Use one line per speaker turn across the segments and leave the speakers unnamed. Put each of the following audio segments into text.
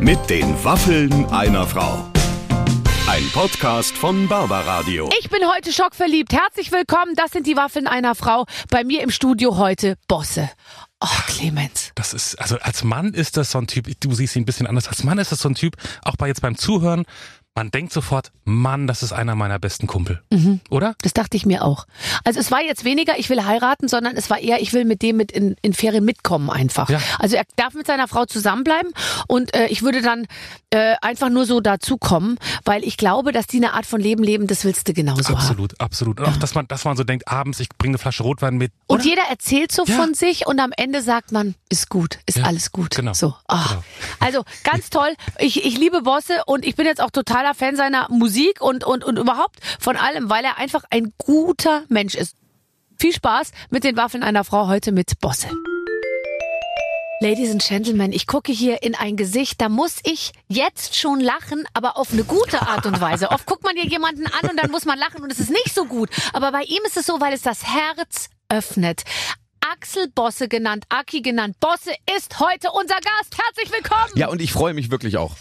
Mit den Waffeln einer Frau. Ein Podcast von Barbaradio.
Ich bin heute schockverliebt. Herzlich willkommen. Das sind die Waffeln einer Frau. Bei mir im Studio heute Bosse. Oh, Clemens.
Das ist, also als Mann ist das so ein Typ, du siehst ihn ein bisschen anders, als Mann ist das so ein Typ, auch bei jetzt beim Zuhören, man denkt sofort, Mann, das ist einer meiner besten Kumpel.
Mhm.
Oder?
Das dachte ich mir auch. Also es war jetzt weniger, ich will heiraten, sondern es war eher, ich will mit dem mit in, in Ferien mitkommen einfach.
Ja.
Also er darf mit seiner Frau zusammenbleiben und äh, ich würde dann äh, einfach nur so dazukommen, weil ich glaube, dass die eine Art von Leben leben, das willst du genauso haben.
absolut, absolut. Und auch, dass man, dass man so denkt, abends, ich bringe eine Flasche Rotwein mit.
Und
Oder?
jeder erzählt so
Ja.
von sich und am Ende sagt man, ist gut, ist
Ja,
alles gut.
genau,
So. ah.
genau.
Also ganz toll. Ich, ich liebe Bosse und ich bin jetzt auch totaler Fan seiner Musik und, und, und überhaupt von allem, weil er einfach ein guter Mensch ist. Viel Spaß mit den Waffeln einer Frau heute mit Bosse. Ladies and Gentlemen, ich gucke hier in ein Gesicht, da muss ich jetzt schon lachen, aber auf eine gute Art und Weise. Oft guckt man dir jemanden an und dann muss man lachen und es ist nicht so gut. Aber bei ihm ist es so, weil es das Herz öffnet. Axel Bosse genannt, Aki genannt. Bosse ist heute unser Gast. Herzlich willkommen.
Ja, und ich freue mich wirklich auch.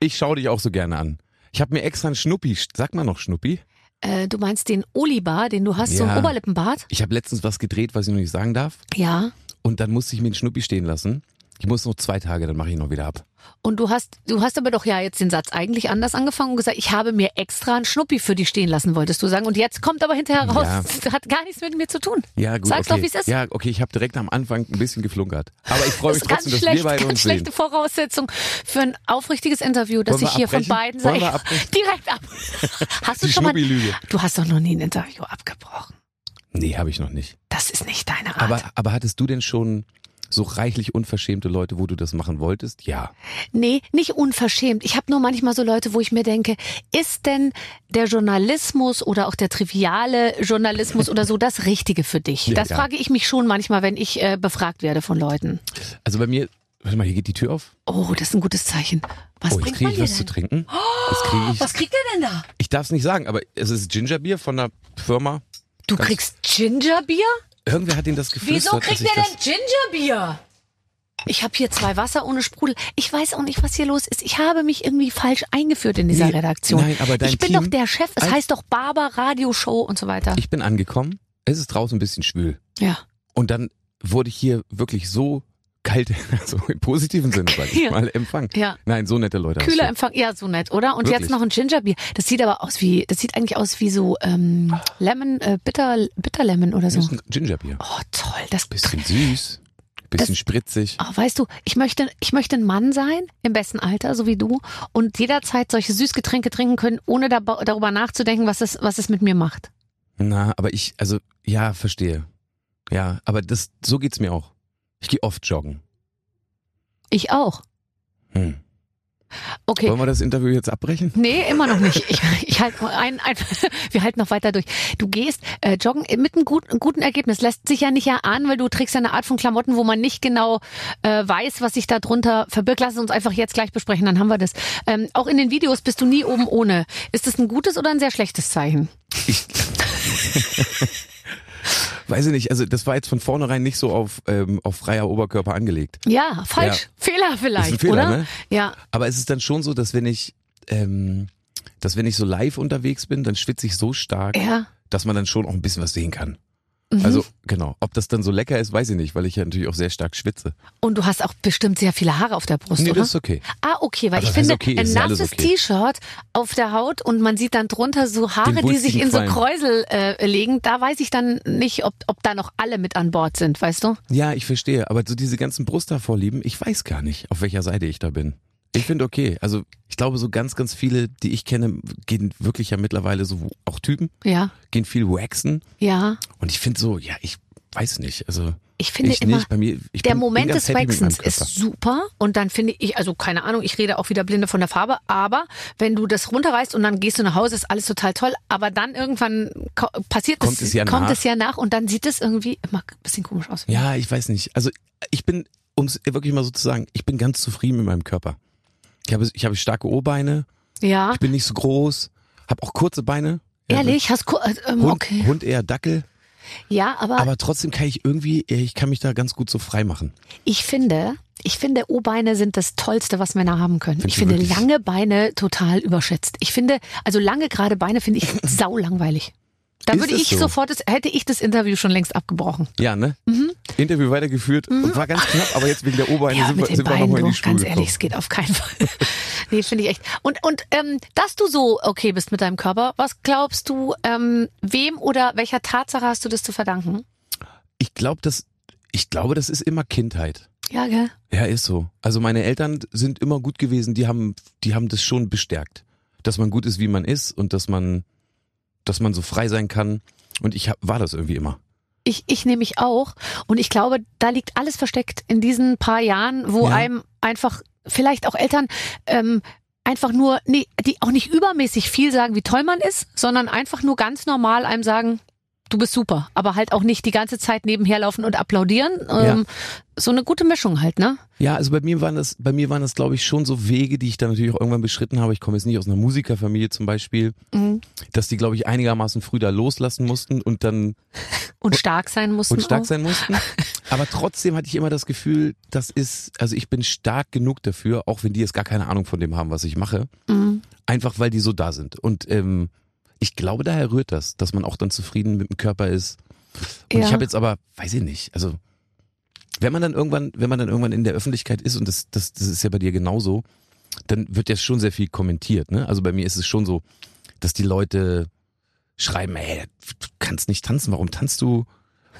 Ich schaue dich auch so gerne an. Ich habe mir extra einen Schnuppi, sag mal noch Schnuppi.
Äh, du meinst den Olibar, den du hast, so ein
Ja.
Oberlippenbart?
Ich habe letztens was gedreht, was ich noch nicht sagen darf.
Ja.
Und dann musste ich mir den Schnuppi stehen lassen. Ich muss noch zwei Tage, dann mache ich ihn noch wieder ab.
Und du hast, du hast aber doch ja jetzt den Satz eigentlich anders angefangen und gesagt, ich habe mir extra einen Schnuppi für dich stehen lassen, wolltest du sagen. Und jetzt kommt aber hinterher raus,
Ja.
das hat gar nichts mit mir zu tun.
Ja, gut.
Sag's
okay.
doch, wie es ist.
Ja, okay, ich habe direkt am Anfang ein bisschen geflunkert. Aber ich freue
Das
mich
ist ganz
trotzdem, dass
schlecht,
wir beide
ganz
uns
schlechte
sehen.
Voraussetzung für ein aufrichtiges Interview, dass
Wollen wir
ich hier von
abbrechen?
beiden
Wollen
Seiten
wir abbrechen?
direkt ab. Hast du
Die
schon mal?
Schnuppi-Lüge.
Du hast doch noch nie ein Interview abgebrochen.
Nee, habe ich noch nicht.
Das ist nicht deine Art.
Aber, aber hattest du denn schon so reichlich unverschämte Leute, wo du das machen wolltest? Ja.
Nee, nicht unverschämt. Ich habe nur manchmal so Leute, wo ich mir denke, ist denn der Journalismus oder auch der triviale Journalismus oder so das Richtige für dich?
Ja,
das
ja.
frage ich mich schon manchmal, wenn ich äh, befragt werde von Leuten.
Also bei mir, warte mal, hier geht die Tür auf.
Oh, das ist ein gutes Zeichen. Was
oh, jetzt
bringt
kriege
man
ich
hier
was zu
denn? Oh,
trinken. Jetzt kriege ich
Was kriegt ihr denn da?
Ich darf es nicht sagen, aber es ist Gingerbier von einer Firma.
Du
Ganz-
kriegst Gingerbier?
Irgendwer hat ihnen das geflüstert.
Wieso kriegt
dass
ihr
ich
denn Gingerbier? Ich habe hier zwei Wasser ohne Sprudel. Ich weiß auch nicht, was hier los ist. Ich habe mich irgendwie falsch eingeführt in dieser
Nee,
Redaktion.
nein, aber dein
ich bin
Team-
doch der Chef. Es
Als-
heißt doch Barber Radio Show und so weiter.
Das? Ich bin angekommen. Es ist draußen ein bisschen schwül.
ja.
Und dann wurde ich hier wirklich so kalt, also im positiven Sinne, sag ich
Ja.
mal, empfangen.
Ja.
Nein, so nette Leute. hast
Kühler
du.
Empfang, ja, so nett, oder? Und jetzt
Wirklich.
noch ein Gingerbier. Das sieht aber aus wie, das sieht eigentlich aus wie so ähm, Lemon, äh, bitter, bitter Lemon oder so.
Das ist ein Gingerbier.
Oh, toll, das
Bisschen süß, bisschen spritzig.
Oh, weißt du, ich möchte, ich möchte ein Mann sein, im besten Alter, so wie du, und jederzeit solche Süßgetränke trinken können, ohne dab- darüber nachzudenken, was es, was es mit mir macht.
Na, aber ich, also, ja, verstehe. Ja, aber das, so geht's mir auch. Ich gehe oft joggen.
Ich auch.
Hm.
Okay.
Wollen wir das Interview jetzt abbrechen?
Nee, immer noch nicht. Ich, ich halt ein, ein, wir halten noch weiter durch. Du gehst äh, joggen mit einem guten, guten Ergebnis. Lässt sich ja nicht erahnen, weil du trägst ja eine Art von Klamotten, wo man nicht genau äh, weiß, was sich da drunter verbirgt. Lass es uns einfach jetzt gleich besprechen, dann haben wir das. Ähm, auch in den Videos bist du nie oben ohne. Ist das ein gutes oder ein sehr schlechtes Zeichen?
Weiß ich nicht, also das war jetzt von vornherein nicht so auf, ähm, auf freier Oberkörper angelegt.
Ja, falsch. Fehler vielleicht,
Ist ein Fehler,
oder?
ne?
Ja.
Aber es ist dann schon so, dass wenn ich, ähm, dass wenn ich so live unterwegs bin, dann schwitze ich so stark,
Ja.
dass man dann schon auch ein bisschen was sehen kann. Also genau, ob das dann so lecker ist, weiß ich nicht, weil ich ja natürlich auch sehr stark schwitze.
Und du hast auch bestimmt sehr viele Haare auf der Brust,
Nee,
oder?
das ist okay.
Ah, okay, weil ich
Also das ist
finde,
okay,
ein
ist ja alles
nasses
okay.
T-Shirt auf der Haut und man sieht dann drunter so Haare,
Den
die sich in so
wulstigen
Kräusel äh, legen, da weiß ich dann nicht, ob, ob da noch alle mit an Bord sind, weißt du?
Ja, ich verstehe, aber so diese ganzen Brusthaarvorlieben, ich weiß gar nicht, auf welcher Seite ich da bin. Ich finde okay. Also ich glaube, so ganz, ganz viele, die ich kenne, gehen wirklich ja mittlerweile so, auch Typen,
Ja,
gehen viel waxen.
ja.
Und ich finde so, ja, ich weiß nicht. Also
Ich finde
ich
immer,
nicht, bei mir, ich
der
bin,
Moment
bin ganz
des
happy mit
Waxens
meinem Körper.
ist super und dann finde ich, also keine Ahnung, ich rede auch wieder blinde von der Farbe, aber wenn du das runterreißt und dann gehst du nach Hause, ist alles total toll, aber dann irgendwann ko passiert
Kommt es ja
kommt
nach.
es ja nach und dann sieht es irgendwie immer ein bisschen komisch aus.
Ja, ich weiß nicht. Also ich bin, um es wirklich mal so zu sagen, ich bin ganz zufrieden mit meinem Körper. Ich habe, ich habe starke O-Beine,
Ja,
ich bin nicht so groß, habe auch kurze Beine. Ja,
ehrlich, hast du, ähm,
Hund,
okay. Ah.
Hund eher Dackel,
Ja,
aber trotzdem kann ich irgendwie, ich kann mich da ganz gut so frei machen.
Ich finde, Ich finde, O-Beine sind das Tollste, was Männer haben können.
Findest
ich
du
finde
wirklich?
lange Beine total überschätzt. Ich finde, also lange gerade Beine finde ich sau langweilig. Da
Ist
würde
es
ich
so?
sofort, das, hätte ich das Interview schon längst abgebrochen.
Ja, ne? Interview weitergeführt. War ganz knapp, aber jetzt wegen der O-Beine
Mhm. Ja,
sind,
mit
wir-
den
sind wir
Beinen,
nochmal in
du,
die Schule
ganz ehrlich,
gekommen.
es geht auf keinen Fall. nee, finde ich echt. Und, und ähm, dass du so okay bist mit deinem Körper, was glaubst du, ähm, wem oder welcher Tatsache hast du das zu verdanken?
Ich glaube, das, ich glaube, das ist immer Kindheit.
Ja, gell?
Ja, ist so. Also meine Eltern sind immer gut gewesen, die haben, die haben das schon bestärkt. Dass man gut ist, wie man ist und dass man, dass man so frei sein kann. Und ich hab, war das irgendwie immer.
Ich, ich nehme mich auch. Und ich glaube, da liegt alles versteckt in diesen paar Jahren, wo
Ja.
einem einfach, vielleicht auch Eltern, ähm, einfach nur, nee, die auch nicht übermäßig viel sagen, wie toll man ist, sondern einfach nur ganz normal einem sagen, du bist super. Aber halt auch nicht die ganze Zeit nebenher laufen und applaudieren. Ähm, So eine gute Mischung halt, ne?
Ja, also bei mir waren das, bei mir waren das, glaube ich, schon so Wege, die ich dann natürlich auch irgendwann beschritten habe. Ich komme jetzt nicht aus einer Musikerfamilie zum Beispiel, dass die, glaube ich, einigermaßen früh da loslassen mussten und dann
Und stark sein mussten.
und stark
auch.
sein mussten. Aber trotzdem hatte ich immer das Gefühl, das ist, also ich bin stark genug dafür, auch wenn die jetzt gar keine Ahnung von dem haben, was ich mache.
Mhm.
Einfach weil die so da sind. Und ähm, ich glaube, daher rührt das, dass man auch dann zufrieden mit dem Körper ist. Und
Ja.
ich habe jetzt aber, weiß ich nicht, also wenn man dann irgendwann, wenn man dann irgendwann in der Öffentlichkeit ist, und das, das, das ist ja bei dir genauso, dann wird ja schon sehr viel kommentiert. Ne? Also bei mir ist es schon so, dass die Leute schreiben, ey, du kannst nicht tanzen, warum tanzt du?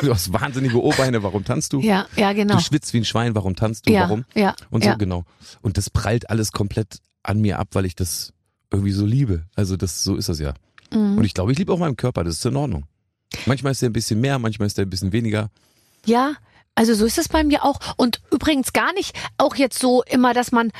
Du hast wahnsinnige O-Beine, warum tanzt du?
Ja, ja, genau.
Du schwitzt wie ein Schwein, warum tanzt du?
ja,
Warum?
ja,
Und so,
ja.
genau. Und das prallt alles komplett an mir ab, weil ich das irgendwie so liebe. Also das, so ist das ja.
Mhm.
Und ich glaube, ich liebe auch meinen Körper, das ist in Ordnung. Manchmal ist der ein bisschen mehr, manchmal ist der ein bisschen weniger.
Ja, also so ist es bei mir auch. Und übrigens gar nicht auch jetzt so immer, dass man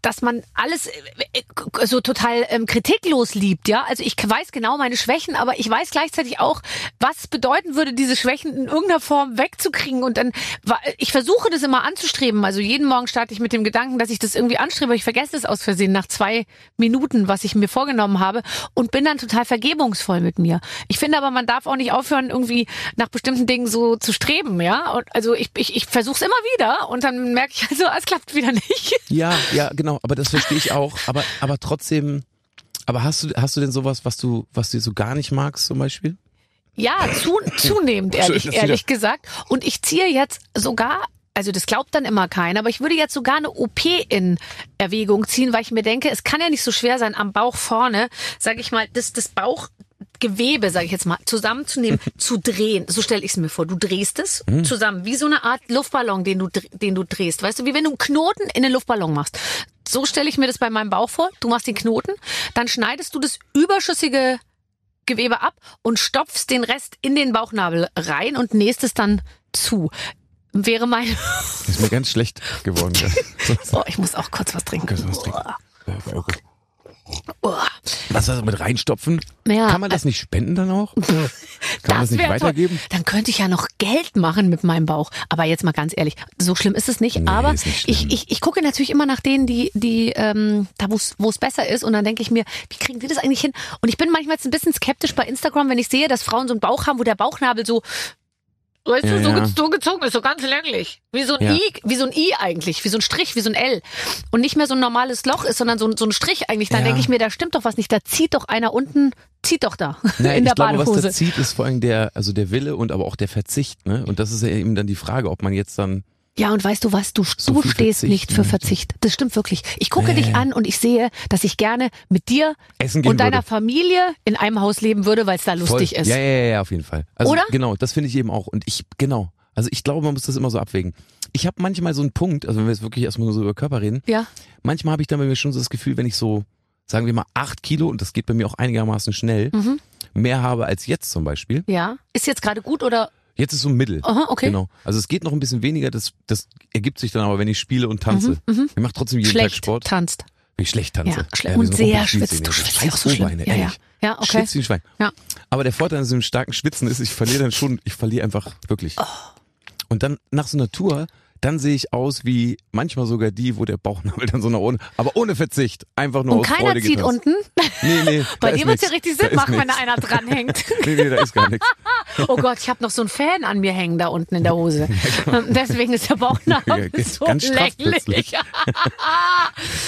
dass man alles äh, äh, so total ähm, kritiklos liebt, ja. Also ich weiß genau meine Schwächen, aber ich weiß gleichzeitig auch, was es bedeuten würde, diese Schwächen in irgendeiner Form wegzukriegen. Und dann, wa- äh, ich versuche das immer anzustreben. Also jeden Morgen starte ich mit dem Gedanken, dass ich das irgendwie anstrebe. Ich vergesse es aus Versehen nach zwei Minuten, was ich mir vorgenommen habe und bin dann total vergebungsvoll mit mir. Ich finde aber, man darf auch nicht aufhören, irgendwie nach bestimmten Dingen so zu streben, ja. Und also ich, ich, ich versuche es immer wieder und dann merke ich also, es klappt wieder nicht.
Ja, ja, genau. Aber das verstehe ich auch. Aber, aber trotzdem, aber hast du, hast du denn sowas, was du, was du so gar nicht magst zum Beispiel?
Ja, zu, zunehmend, ehrlich,
dass du
ehrlich gesagt. Und ich ziehe jetzt sogar, also das glaubt dann immer keiner, aber ich würde jetzt sogar eine OP in Erwägung ziehen, weil ich mir denke, es kann ja nicht so schwer sein, am Bauch vorne, sage ich mal, das, das Bauchgewebe, sage ich jetzt mal, zusammenzunehmen, zu drehen. So stelle ich es mir vor. Du drehst es zusammen, wie so eine Art Luftballon, den du, dr- den du drehst. Weißt du, wie wenn du einen Knoten in den Luftballon machst. So stelle ich mir das bei meinem Bauch vor. Du machst den Knoten, dann schneidest du das überschüssige Gewebe ab und stopfst den Rest in den Bauchnabel rein und nähst es dann zu. Wäre mein.
Ist mir ganz schlecht geworden.
Oh, ich muss auch kurz was trinken.
Kannst du was trinken?
Oh,
Was also mit reinstopfen?
Ja.
Kann man das nicht spenden dann auch? Kann man das, nicht
wär
weitergeben?
Toll. Dann könnte ich ja noch Geld machen mit meinem Bauch. Aber jetzt mal ganz ehrlich, so schlimm ist es nicht.
Nee,
aber
ist nicht
ich,
schlimm.
ich, ich gucke natürlich immer nach denen, die, die ähm, da wo es wo es besser ist. Und dann denke ich mir, wie kriegen die das eigentlich hin? Und ich bin manchmal jetzt ein bisschen skeptisch bei Instagram, wenn ich sehe, dass Frauen so einen Bauch haben, wo der Bauchnabel so. Weißt
Ja,
du, so,
ja.
ge- so gezogen ist, so ganz länglich. Wie so ein
Ja.
I, wie so ein I eigentlich, wie so ein Strich, wie so ein L. Und nicht mehr so ein normales Loch ist, sondern so ein, so ein Strich eigentlich. Dann
Ja.
denke ich mir, da stimmt doch was nicht. Da zieht doch einer unten, zieht doch da.
Naja,
in der
ich glaube,
Badehose.
was da zieht, ist vor allem der, also der Wille und aber auch der Verzicht, ne? Und das ist ja eben dann die Frage, ob man jetzt dann,
Ja, und weißt du was, du,
So
du
viel
stehst
Verzicht,
nicht für
ne?
Verzicht. Das stimmt wirklich. Ich gucke
Nee.
dich an und ich sehe, dass ich gerne mit dir
Essen gehen
und deiner
würde.
Familie in einem Haus leben würde, weil es da lustig
Voll.
ist.
Ja, ja, ja, ja, auf jeden Fall. Also,
Oder?
Genau, das finde ich eben auch. Und ich, genau. Also ich glaube, man muss das immer so abwägen. Ich habe manchmal so einen Punkt, also wenn wir jetzt wirklich erstmal nur so über Körper reden,
Ja.
manchmal habe ich dann bei mir schon so das Gefühl, wenn ich so, sagen wir mal, acht Kilo, und das geht bei mir auch einigermaßen schnell,
Mhm.
mehr habe als jetzt zum Beispiel.
Ja. Ist jetzt gerade gut oder
Jetzt ist so ein Mittel.
Aha, Oh, okay.
Genau. Also es geht noch ein bisschen weniger, das, das ergibt sich dann aber, wenn ich spiele und tanze. Ich mache trotzdem jeden Tag
Mhm, schlecht
Sport.
tanzt?
Wenn ich schlecht
Ja,
tanze.
schle-
wir
und
sind
sehr
Rumpelstilzchen,
schwitzt. Du
ey.
schwitzt ja
Scheiß
auch so schlimm.
O-Beine,
Ja, ja.
ehrlich.
Ja, okay.
Schwitzt wie ein Schwein.
Ja.
Aber der Vorteil an diesem
Oh.
starken Schwitzen ist, ich verliere dann schon, ich verliere einfach wirklich. Und dann nach so einer Tour dann sehe ich aus wie manchmal sogar die, wo der Bauchnabel dann so nach unten, aber ohne Verzicht, einfach nur
Und
aus
keiner
Freude
zieht
getanzt.
unten.
Nee, nee,
Bei
Genau, da
dir
ist
wird's ja
nix.
richtig
Da
Sinn
ist
machen, wenn da
nix.
einer dranhängt.
Nee, nee, da ist gar nichts.
Oh Gott, ich habe noch so einen Fan an mir hängen da unten in der Hose. Deswegen ist der Bauchnabel
genau. Ja,
so
ganz straff
lächerlich.
plötzlich.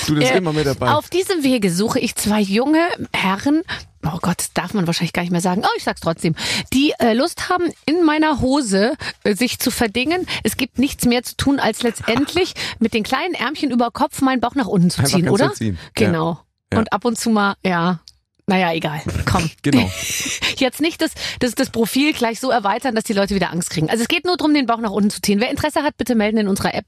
Du bist
Äh,
immer mit dabei.
Auf diesem Wege suche ich zwei junge Herren, oh Gott, das darf man wahrscheinlich gar nicht mehr sagen, aber ich sag's trotzdem, die äh, Lust haben, in meiner Hose äh, sich zu verdingen. Es gibt nichts mehr zu tun, als letztendlich mit den kleinen Ärmchen über Kopf meinen Bauch nach unten zu
Einfach
ziehen,
ganz
oder?
verziehen. Ja.
Genau.
Ja.
Und ab und zu mal, ja. Naja, egal. Komm.
Genau.
Jetzt nicht das, das, das Profil gleich so erweitern, dass die Leute wieder Angst kriegen. Also es geht nur darum, den Bauch nach unten zu ziehen. Wer Interesse hat, bitte melden in unserer App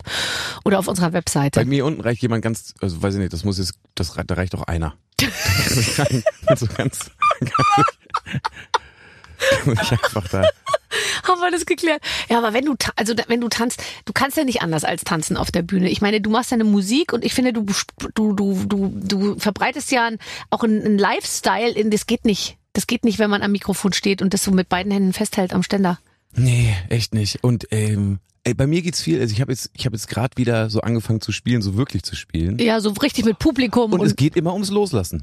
oder auf unserer
Bei
Webseite.
mir unten reicht jemand ganz, also weiß ich nicht, das muss jetzt, das, rei- da reicht auch einer. Das kann- so ganz, ganz ich einfach da.
Haben wir das geklärt? Ja, aber wenn du, ta- also da- wenn du tanzt, du kannst ja nicht anders als tanzen auf der Bühne. Ich meine, du machst deine Musik und ich finde, du, sp- du, du, du, du verbreitest ja ein, auch einen einen Lifestyle in, das geht nicht. Das geht nicht, wenn man am Mikrofon steht und das so mit beiden Händen festhält am Ständer.
Nee, echt nicht. Und ähm, ey, bei mir geht's viel, also ich habe jetzt, ich habe jetzt gerade wieder so angefangen zu spielen, so wirklich zu spielen.
Ja, so richtig mit Publikum und,
Und es geht immer ums Loslassen.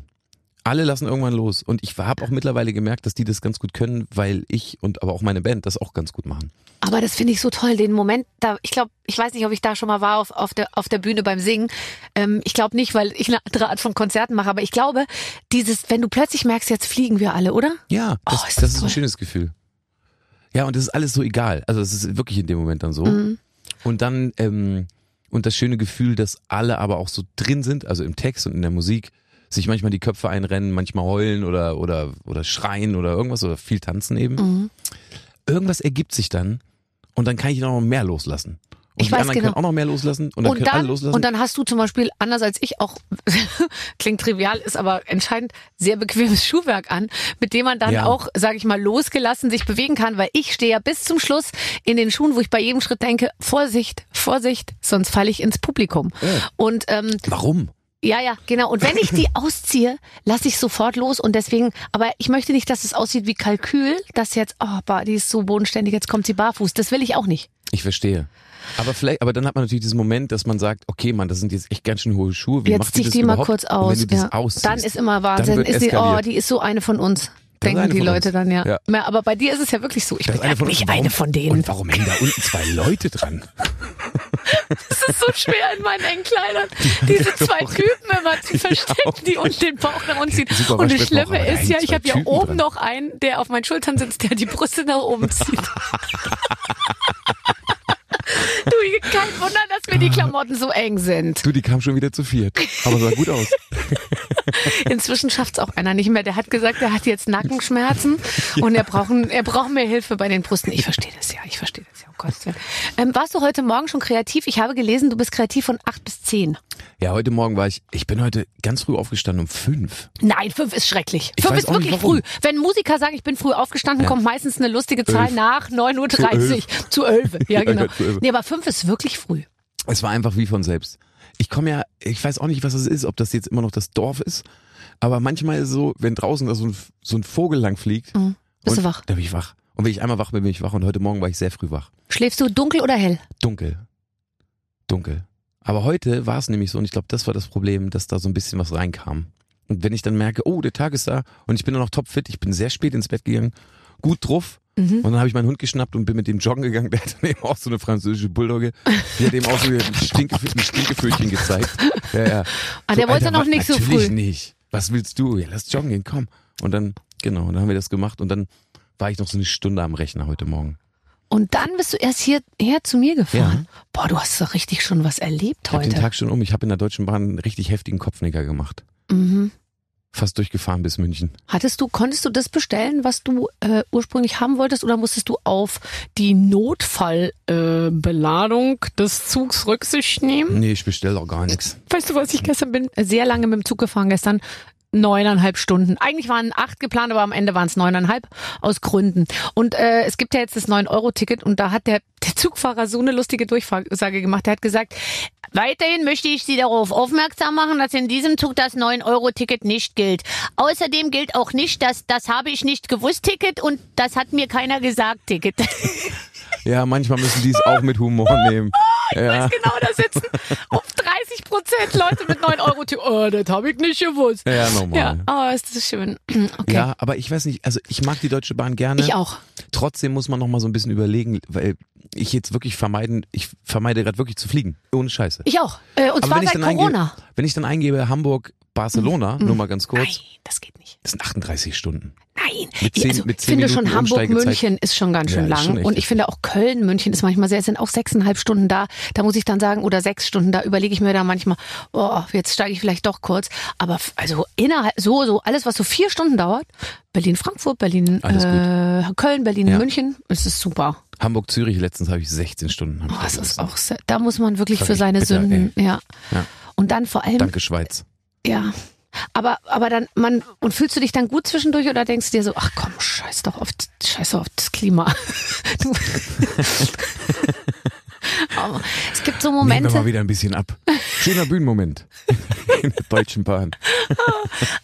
Alle lassen irgendwann los. Und ich habe auch mittlerweile gemerkt, dass die das ganz gut können, weil ich und aber auch meine Band das auch ganz gut machen.
Aber das finde ich so toll, den Moment, da, ich glaube, ich weiß nicht, ob ich da schon mal war auf, auf, der, auf der Bühne beim Singen. Ähm, ich glaube nicht, weil ich eine andere Art von Konzerten mache, aber ich glaube, dieses, wenn du plötzlich merkst, jetzt fliegen wir alle, oder?
Ja, das,
Oh, ist
das,
das
ist
toll.
ein schönes Gefühl. Ja, und das ist alles so egal. Also es ist wirklich in dem Moment dann so.
Mhm.
Und dann, ähm, und das schöne Gefühl, dass alle aber auch so drin sind, also im Text und in der Musik, sich manchmal die Köpfe einrennen, manchmal heulen oder, oder, oder schreien oder irgendwas oder viel tanzen eben.
Mhm.
Irgendwas ergibt sich dann und dann kann ich noch mehr loslassen. Und
Ich
die
weiß
anderen
genau.
können auch noch mehr loslassen und dann
und,
können alle
dann,
loslassen.
und dann hast du zum Beispiel, anders als ich auch, klingt trivial, ist aber entscheidend sehr bequemes Schuhwerk an, mit dem man dann
Ja.
auch, sage ich mal, losgelassen sich bewegen kann, weil ich stehe ja bis zum Schluss in den Schuhen, wo ich bei jedem Schritt denke, Vorsicht, Vorsicht, sonst falle ich ins Publikum. Und ähm,
Warum?
Ja, ja, genau. Und wenn ich die ausziehe, lasse ich sofort los und deswegen, aber ich möchte nicht, dass es aussieht wie Kalkül, dass jetzt, oh, bah, die ist so bodenständig, jetzt kommt sie barfuß. Das will ich auch nicht.
Ich verstehe. Aber vielleicht, aber dann hat man natürlich diesen Moment, dass man sagt, okay, Mann, das sind jetzt echt ganz schön hohe Schuhe. Wie
jetzt
macht die
zieh ich
das
die mal
überhaupt?
kurz
Und
aus.
Wenn du das
ja.
ausziehst,
dann ist immer Wahnsinn.
dann wird
ist die, oh,
eskaliert.
die ist so eine von uns.
Das ist
Denken
eine
die
von
Leute
uns.
dann ja.
Ja.
ja. Aber bei dir ist es ja wirklich so. Ich
Das
bin
ist
ja
eine von uns.
nicht
Warum-
eine von denen.
Und warum hängen da unten zwei Leute dran?
Es ist so schwer in meinen engen Kleidern, diese zwei Typen immer zu verstecken, die uns den Bauch nach unten ziehen.
Super
Und das
Waschbrettbauch, aber
Schlimme
da
ist
hängen
ja, ich
zwei
habe ja
Typen
oben
dran.
noch einen, der auf meinen Schultern sitzt, der die Brüste nach oben zieht. du, kein Wunder, dass mir die Klamotten so eng sind.
Du, die kam schon wieder zu viert. Aber sah gut aus.
Inzwischen schafft's auch einer nicht mehr. Der hat gesagt, er hat jetzt Nackenschmerzen und er braucht, er braucht mehr Hilfe bei den Brüsten. Ich verstehe das ja, ich verstehe das ja. Um Gottes Willen. Ähm, warst du heute Morgen schon kreativ? Ich habe gelesen, du bist kreativ von 8 bis 10.
Ja, heute Morgen war ich, ich bin heute ganz früh aufgestanden um fünf.
Nein, fünf ist schrecklich.
Ich
fünf
weiß
ist
auch nicht,
wirklich früh.
warum.
Wenn Musiker sagen, ich bin früh aufgestanden, kommt meistens eine lustige Zahl
Elf.
nach 9.30 Uhr. Zu elf. Ja,
Ja,
genau.
ja, zu elf.
nee, aber fünf ist wirklich früh.
Äh, Es war einfach wie von selbst. Ich komme ja, ich weiß auch nicht, was das ist, ob das jetzt immer noch das Dorf ist. Aber manchmal ist es so, wenn draußen da so ein, so ein Vogel lang fliegt.
Mhm. Bist
und,
du wach?
Da bin ich wach. Und wenn ich einmal wach bin, bin ich wach. Und heute Morgen war ich sehr früh wach.
Schläfst du dunkel oder hell?
Dunkel. Dunkel. Aber heute war es nämlich so, und ich glaube, das war das Problem, dass da so ein bisschen was reinkam. Und wenn ich dann merke, oh, der Tag ist da und ich bin nur noch topfit, ich bin sehr spät ins Bett gegangen, gut drauf.
Mhm.
Und dann habe ich meinen Hund geschnappt und bin mit dem joggen gegangen. Der hat dann eben auch so eine französische Bulldogge. Die hat eben auch so ein Stinkefö- ein Stinkefüßchen gezeigt. Ja, ja.
Ah, der wollte noch
wa-
nicht so
natürlich
früh.
nicht. Was willst du? Ja, lass joggen gehen, komm. Und dann, genau, und dann haben wir das gemacht. Und dann war ich noch so eine Stunde am Rechner heute Morgen.
Und dann bist du erst hier, her zu mir gefahren. Boah, du hast doch richtig schon was erlebt
Ich habe
heute.
den Tag schon um. Ich habe in der Deutschen Bahn einen richtig heftigen Kopfnicker gemacht.
mhm.
Fast durchgefahren bis München.
Hattest du, konntest du das bestellen, was du äh, ursprünglich haben wolltest, oder musstest du auf die Notfallbeladung äh, Beladung des Zugs Rücksicht nehmen?
Nee, ich bestelle auch gar nichts.
Weißt du was, ich gestern bin sehr lange mit dem Zug gefahren, gestern neuneinhalb Stunden. Eigentlich waren acht geplant, aber am Ende waren es neuneinhalb aus Gründen. Und äh, es gibt ja jetzt das 9-Euro-Ticket und da hat der, der Zugfahrer so eine lustige Durchsage gemacht. Der hat gesagt, weiterhin möchte ich Sie darauf aufmerksam machen, dass in diesem Zug das 9-Euro-Ticket nicht gilt. Außerdem gilt auch nicht das, das habe ich nicht gewusst Ticket und das hat mir keiner gesagt Ticket.
Ja, manchmal müssen die es auch mit Humor nehmen.
ich weiß genau, da sitzen auf 30 Prozent Leute mit 9 Euro. Tü- Oh, das habe ich nicht gewusst.
Ja, normal.
Ja, oh, ist das schön. Okay.
Ja, aber ich weiß nicht, also ich mag die Deutsche Bahn gerne.
Ich auch.
Trotzdem muss man noch mal so ein bisschen überlegen, weil ich jetzt wirklich vermeiden, ich vermeide gerade wirklich zu fliegen. Ohne Scheiße.
Ich auch. Äh, und zwar seit Corona. Mhm.
Eingebe, wenn ich dann eingebe Hamburg, Barcelona, nur mal ganz kurz,
Nein, das geht nicht.
das sind 38 Stunden.
Nein.
Mit zehn-
also, ich
mit zehn
finde
Minuten
schon Hamburg,
Umsteigezeit.
München ist schon ganz
Ja,
schön
ist
lang.
schon echt
und ich finde auch Köln, München ist manchmal sehr, sind auch sechseinhalb Stunden da. Da muss ich dann sagen, oder sechs Stunden, da überlege ich mir da manchmal, oh, jetzt steige ich vielleicht doch kurz. Aber f- also innerhalb, so, so, alles, was so vier Stunden dauert, Berlin, Frankfurt, Berlin,
Alles
äh, Köln, Berlin,
Ja.
München, es ist super.
Hamburg, Zürich, letztens habe ich 16 Stunden. hab ich
Oh, das ist
gelassen.
auch, sehr- da muss man wirklich
Das
für
ist
seine
bitter,
Sünden, ja.
Ja.
Und dann vor allem,
Danke, Schweiz.
ja. Aber, aber dann, man, und fühlst du dich dann gut zwischendurch oder denkst du dir so, ach komm, scheiß doch auf, scheiß doch auf das Klima. Du- Aber es gibt so
Nehmen wir mal
Momente,
wieder ein bisschen ab. Schöner Bühnenmoment. In der Deutschen Bahn.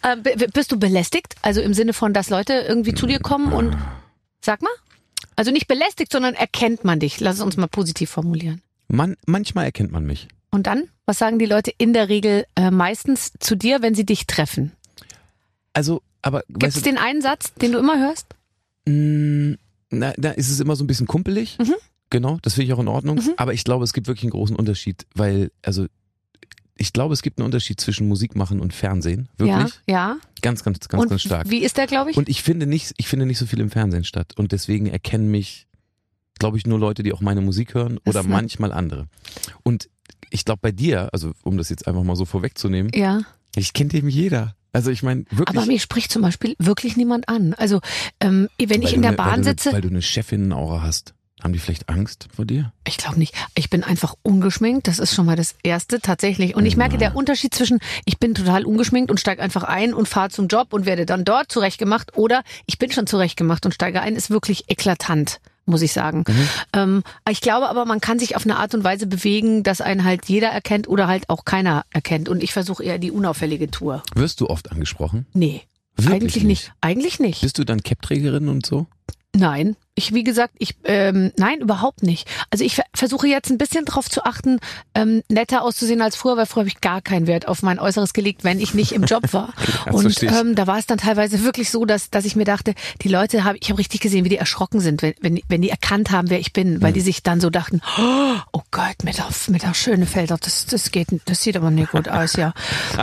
äh, b- bist du belästigt? Also im Sinne von, dass Leute irgendwie zu dir kommen und, sag mal? Also nicht belästigt, sondern erkennt man dich. Lass es uns mal positiv formulieren.
Man, manchmal erkennt man mich.
Und dann, was sagen die Leute in der Regel äh, meistens zu dir, wenn sie dich treffen?
Also, aber
Gibt es
weißt
den einen Satz, den du immer hörst?
du, mh, na, da ist es immer so ein bisschen kumpelig.
Mhm.
Genau, das finde ich auch in Ordnung. Aber ich glaube, es gibt wirklich einen großen Unterschied, weil, also, ich glaube, es gibt einen Unterschied zwischen Musik machen und Fernsehen. Wirklich.
Ja, ja.
Ganz, ganz, ganz,
und
ganz stark.
Wie ist der, glaube ich?
Und ich finde nicht, ich finde nicht so viel im Fernsehen statt. Und deswegen erkennen mich, glaube ich, nur Leute, die auch meine Musik hören
Das
oder
ist ne-
manchmal andere. Und ich glaube, bei dir, also um das jetzt einfach mal so vorwegzunehmen,
ja.
ich kennt eben jeder. Also ich meine, wirklich.
Aber mich spricht zum Beispiel wirklich niemand an. Also ähm, wenn
Weil
ich
du
in der
ne- weil
Bahn
du, ne-
sitze,
Weil du eine Chefinnenaura hast. Haben die vielleicht Angst vor dir?
ich glaube nicht, ich bin einfach ungeschminkt. Das ist schon mal das Erste tatsächlich. Und ich merke der Unterschied zwischen, ich bin total ungeschminkt und steige einfach ein und fahre zum Job und werde dann dort zurechtgemacht oder ich bin schon zurechtgemacht und steige ein, ist wirklich eklatant. Muss ich sagen.
Mhm.
Ähm, ich glaube aber, man kann sich auf eine Art und Weise bewegen, dass einen halt jeder erkennt oder halt auch keiner erkennt. Und ich versuche eher die unauffällige Tour.
Wirst du oft angesprochen?
Nee.
Wirklich
eigentlich nicht. Eigentlich nicht.
Bist du dann Capträgerin und so?
Nein, ich wie gesagt, ich ähm, nein überhaupt nicht. Also ich ver versuche jetzt ein bisschen darauf zu achten, ähm, netter auszusehen als früher, weil früher habe ich gar keinen Wert auf mein Äußeres gelegt, wenn ich nicht im Job war.
Das
und
verstehe ich.
ähm, da war es dann teilweise wirklich so, dass dass ich mir dachte, die Leute habe ich habe richtig gesehen, wie die erschrocken sind, wenn wenn, wenn die erkannt haben, wer ich bin,
Mhm.
weil die sich dann so dachten, oh, oh Gott, mit der mit der Schönefelder, das das geht, das sieht aber nicht gut aus, ja.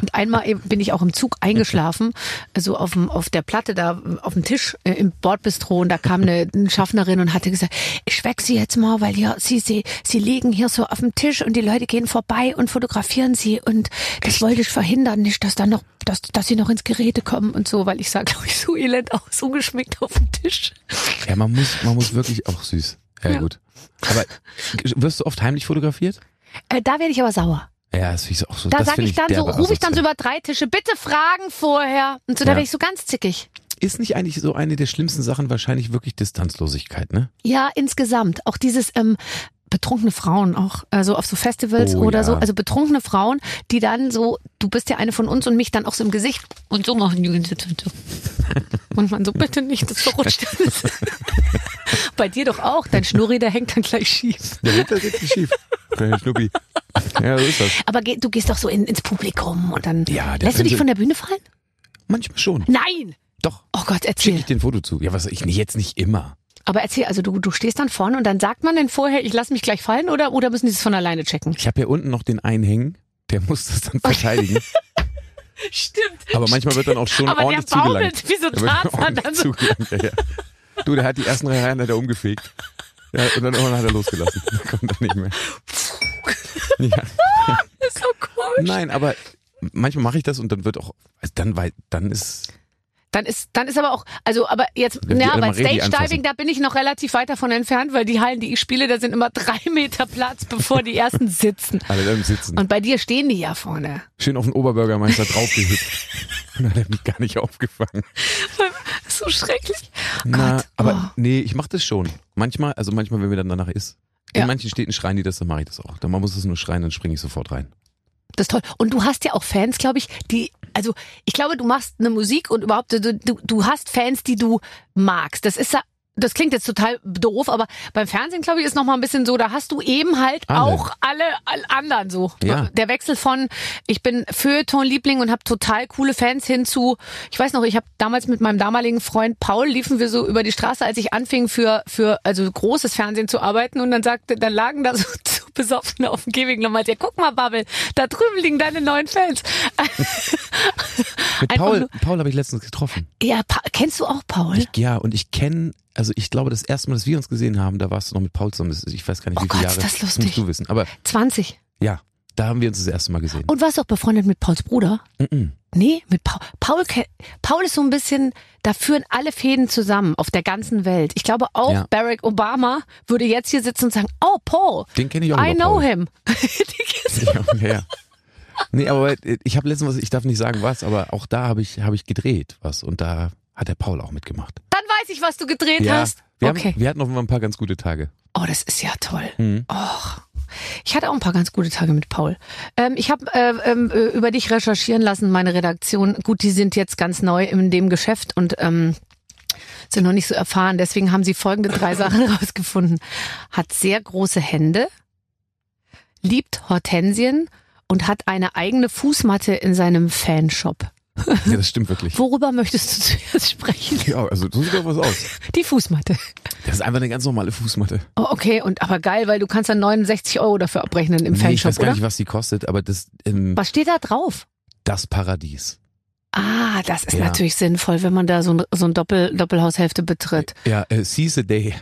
Und einmal eben bin ich auch im Zug eingeschlafen, also auf dem auf der Platte da auf dem Tisch äh, im Bordbistro und da kam eine, eine Schaffnerin und hatte gesagt, ich weck sie jetzt mal, weil hier sie sie sie liegen hier so auf dem Tisch und die Leute gehen vorbei und fotografieren sie und das wollte ich verhindern, nicht dass dann noch dass dass sie noch ins Geräte kommen und so, weil ich sah glaube ich so elend aus, ungeschminkt auf dem Tisch.
Ja, man muss, man muss wirklich auch süß. Ja,
Ja.
gut. Aber wirst du oft heimlich fotografiert?
Äh, da werde ich aber sauer.
Ja, das finde ich auch so.
Da
das
sage
finde
ich dann so,
derbe
rufe ich dann so
asozial.
über drei Tische, bitte fragen vorher. Und so, da
Ja.
werde ich so ganz zickig.
Ist nicht eigentlich so eine der schlimmsten Sachen wahrscheinlich wirklich Distanzlosigkeit, ne?
Ja, insgesamt. Auch dieses ähm, betrunkene Frauen auch, also auf so Festivals
Oh,
oder
ja.
so. Also betrunkene Frauen, die dann so, du bist ja eine von uns und mich dann auch so im Gesicht und so machen. die ganze Zeit so. Und man so, bitte nicht, das verrutscht alles. Bei dir doch auch, dein Schnurri, der hängt dann gleich schief.
Der Winter sitzt nicht schief. Kleiner Schnuppi. Ja, so ist das.
Aber geh, du gehst doch so in, ins Publikum und dann
Ja, der
lässt du dich
Pinsel-
von der Bühne fallen?
Manchmal schon.
Nein!
Doch.
Oh Gott,
Schicke
erzähl.
ich dir ein Foto zu. Ja, was ich jetzt nicht immer.
Aber erzähl, also du, du stehst dann vorne und dann sagt man denn vorher, ich lasse mich gleich fallen oder, oder müssen die es von alleine checken?
Ich habe hier unten noch den einen hängen, der muss das dann verteidigen.
Stimmt.
Aber manchmal wird dann auch schon
Aber
ordentlich
der baumelt
zugelangt.
wie so
Der wird
Tarzan
ordentlich
dann so.
zugelangt, ja, ja. Du, der hat die ersten drei Reihen hat er umgefegt. Ja, und dann irgendwann hat er losgelassen. Dann kommt er nicht mehr. Ja.
ist so komisch.
Nein, aber manchmal mache ich das und dann wird auch, also dann, wei- dann ist,
Dann ist, dann ist aber auch, also aber jetzt,
die
ja,
Marie,
bei
die
Stage
anfassen.
Diving, da bin ich noch relativ weit davon entfernt, weil die Hallen, die ich spiele, da sind immer drei Meter Platz, bevor die ersten sitzen.
alle da im Sitzen.
Und bei dir stehen die ja vorne.
Schön auf den Oberbürgermeister draufgehüpft. und dann hat er mich gar nicht aufgefangen.
So schrecklich.
Na,
Gott. Oh.
aber nee, ich mache das schon. Manchmal, also manchmal, wenn mir dann danach ist. In
Ja.
manchen Städten schreien die das, dann mache ich das auch. Dann muss es nur schreien, dann springe ich sofort rein.
Das ist toll. Und du hast ja auch Fans, glaube ich, die, also ich glaube, du machst eine Musik und überhaupt, du, du, du hast Fans, die du magst. Das ist ja, das klingt jetzt total doof, aber beim Fernsehen, glaube ich, ist noch mal ein bisschen so, da hast du eben halt
Alle.
auch alle, alle anderen so.
Ja.
Der Wechsel von ich bin Feuilleton-Liebling und habe total coole Fans hin zu, ich weiß noch, ich habe damals mit meinem damaligen Freund Paul liefen wir so über die Straße, als ich anfing für für also großes Fernsehen zu arbeiten und dann sagte, dann lagen da so zu besoffen auf dem Gehweg nochmal, ja guck mal Bubble, da drüben liegen deine neuen Fans.
Mit
Einfach
Paul,
nur-
Paul habe ich letztens getroffen.
Ja, pa kennst du auch Paul?
Ja, und ich kenne, also ich glaube, das erste Mal, dass wir uns gesehen haben, da warst du noch mit Paul zusammen. Das ist- Ich weiß gar nicht,
Oh
wie viele
Gott, ist
Jahre.
das lustig.
musst du wissen. Aber
20.
ja, da haben wir uns das erste Mal gesehen.
Und warst du auch befreundet mit Pauls Bruder?
Mhm.
Nee, mit Paul. Paul, ke- Paul ist so ein bisschen, da führen alle Fäden zusammen auf der ganzen Welt. Ich glaube auch
Ja.
Barack Obama würde jetzt hier sitzen und sagen, oh Paul,
Den kenne ich auch
I
über
know
Paul.
him.
Ja, ja. Nee, aber ich habe letztens was, ich darf nicht sagen was, aber auch da habe ich, hab ich gedreht was und da hat der Paul auch mitgemacht.
Dann weiß ich, was du gedreht hast.
wir,
okay.
haben, wir hatten offenbar ein paar ganz gute Tage.
Oh, das ist ja toll.
Mhm.
Och. Ich hatte auch ein paar ganz gute Tage mit Paul. Ähm, ich habe äh, ähm, äh, über dich recherchieren lassen, meine Redaktion. Gut, die sind jetzt ganz neu in dem Geschäft und ähm, sind noch nicht so erfahren. Deswegen haben sie folgende drei Sachen rausgefunden. Hat sehr große Hände, liebt Hortensien und hat eine eigene Fußmatte in seinem Fanshop.
Ja, das stimmt wirklich.
Worüber möchtest du zuerst sprechen?
Ja, also so sieht doch was aus.
Die Fußmatte.
Das ist einfach eine ganz normale Fußmatte.
Oh, okay, und aber geil, weil du kannst dann 69 Euro dafür abrechnen im
ich
Fanshop,
weiß gar
oder?
nicht, was die kostet, aber das, ähm,
Was steht da drauf?
das Paradies.
Ah, das ist
Ja.
natürlich sinnvoll, wenn man da so ein, so ein Doppel, Doppelhaushälfte betritt.
Ja, äh, Seize Day.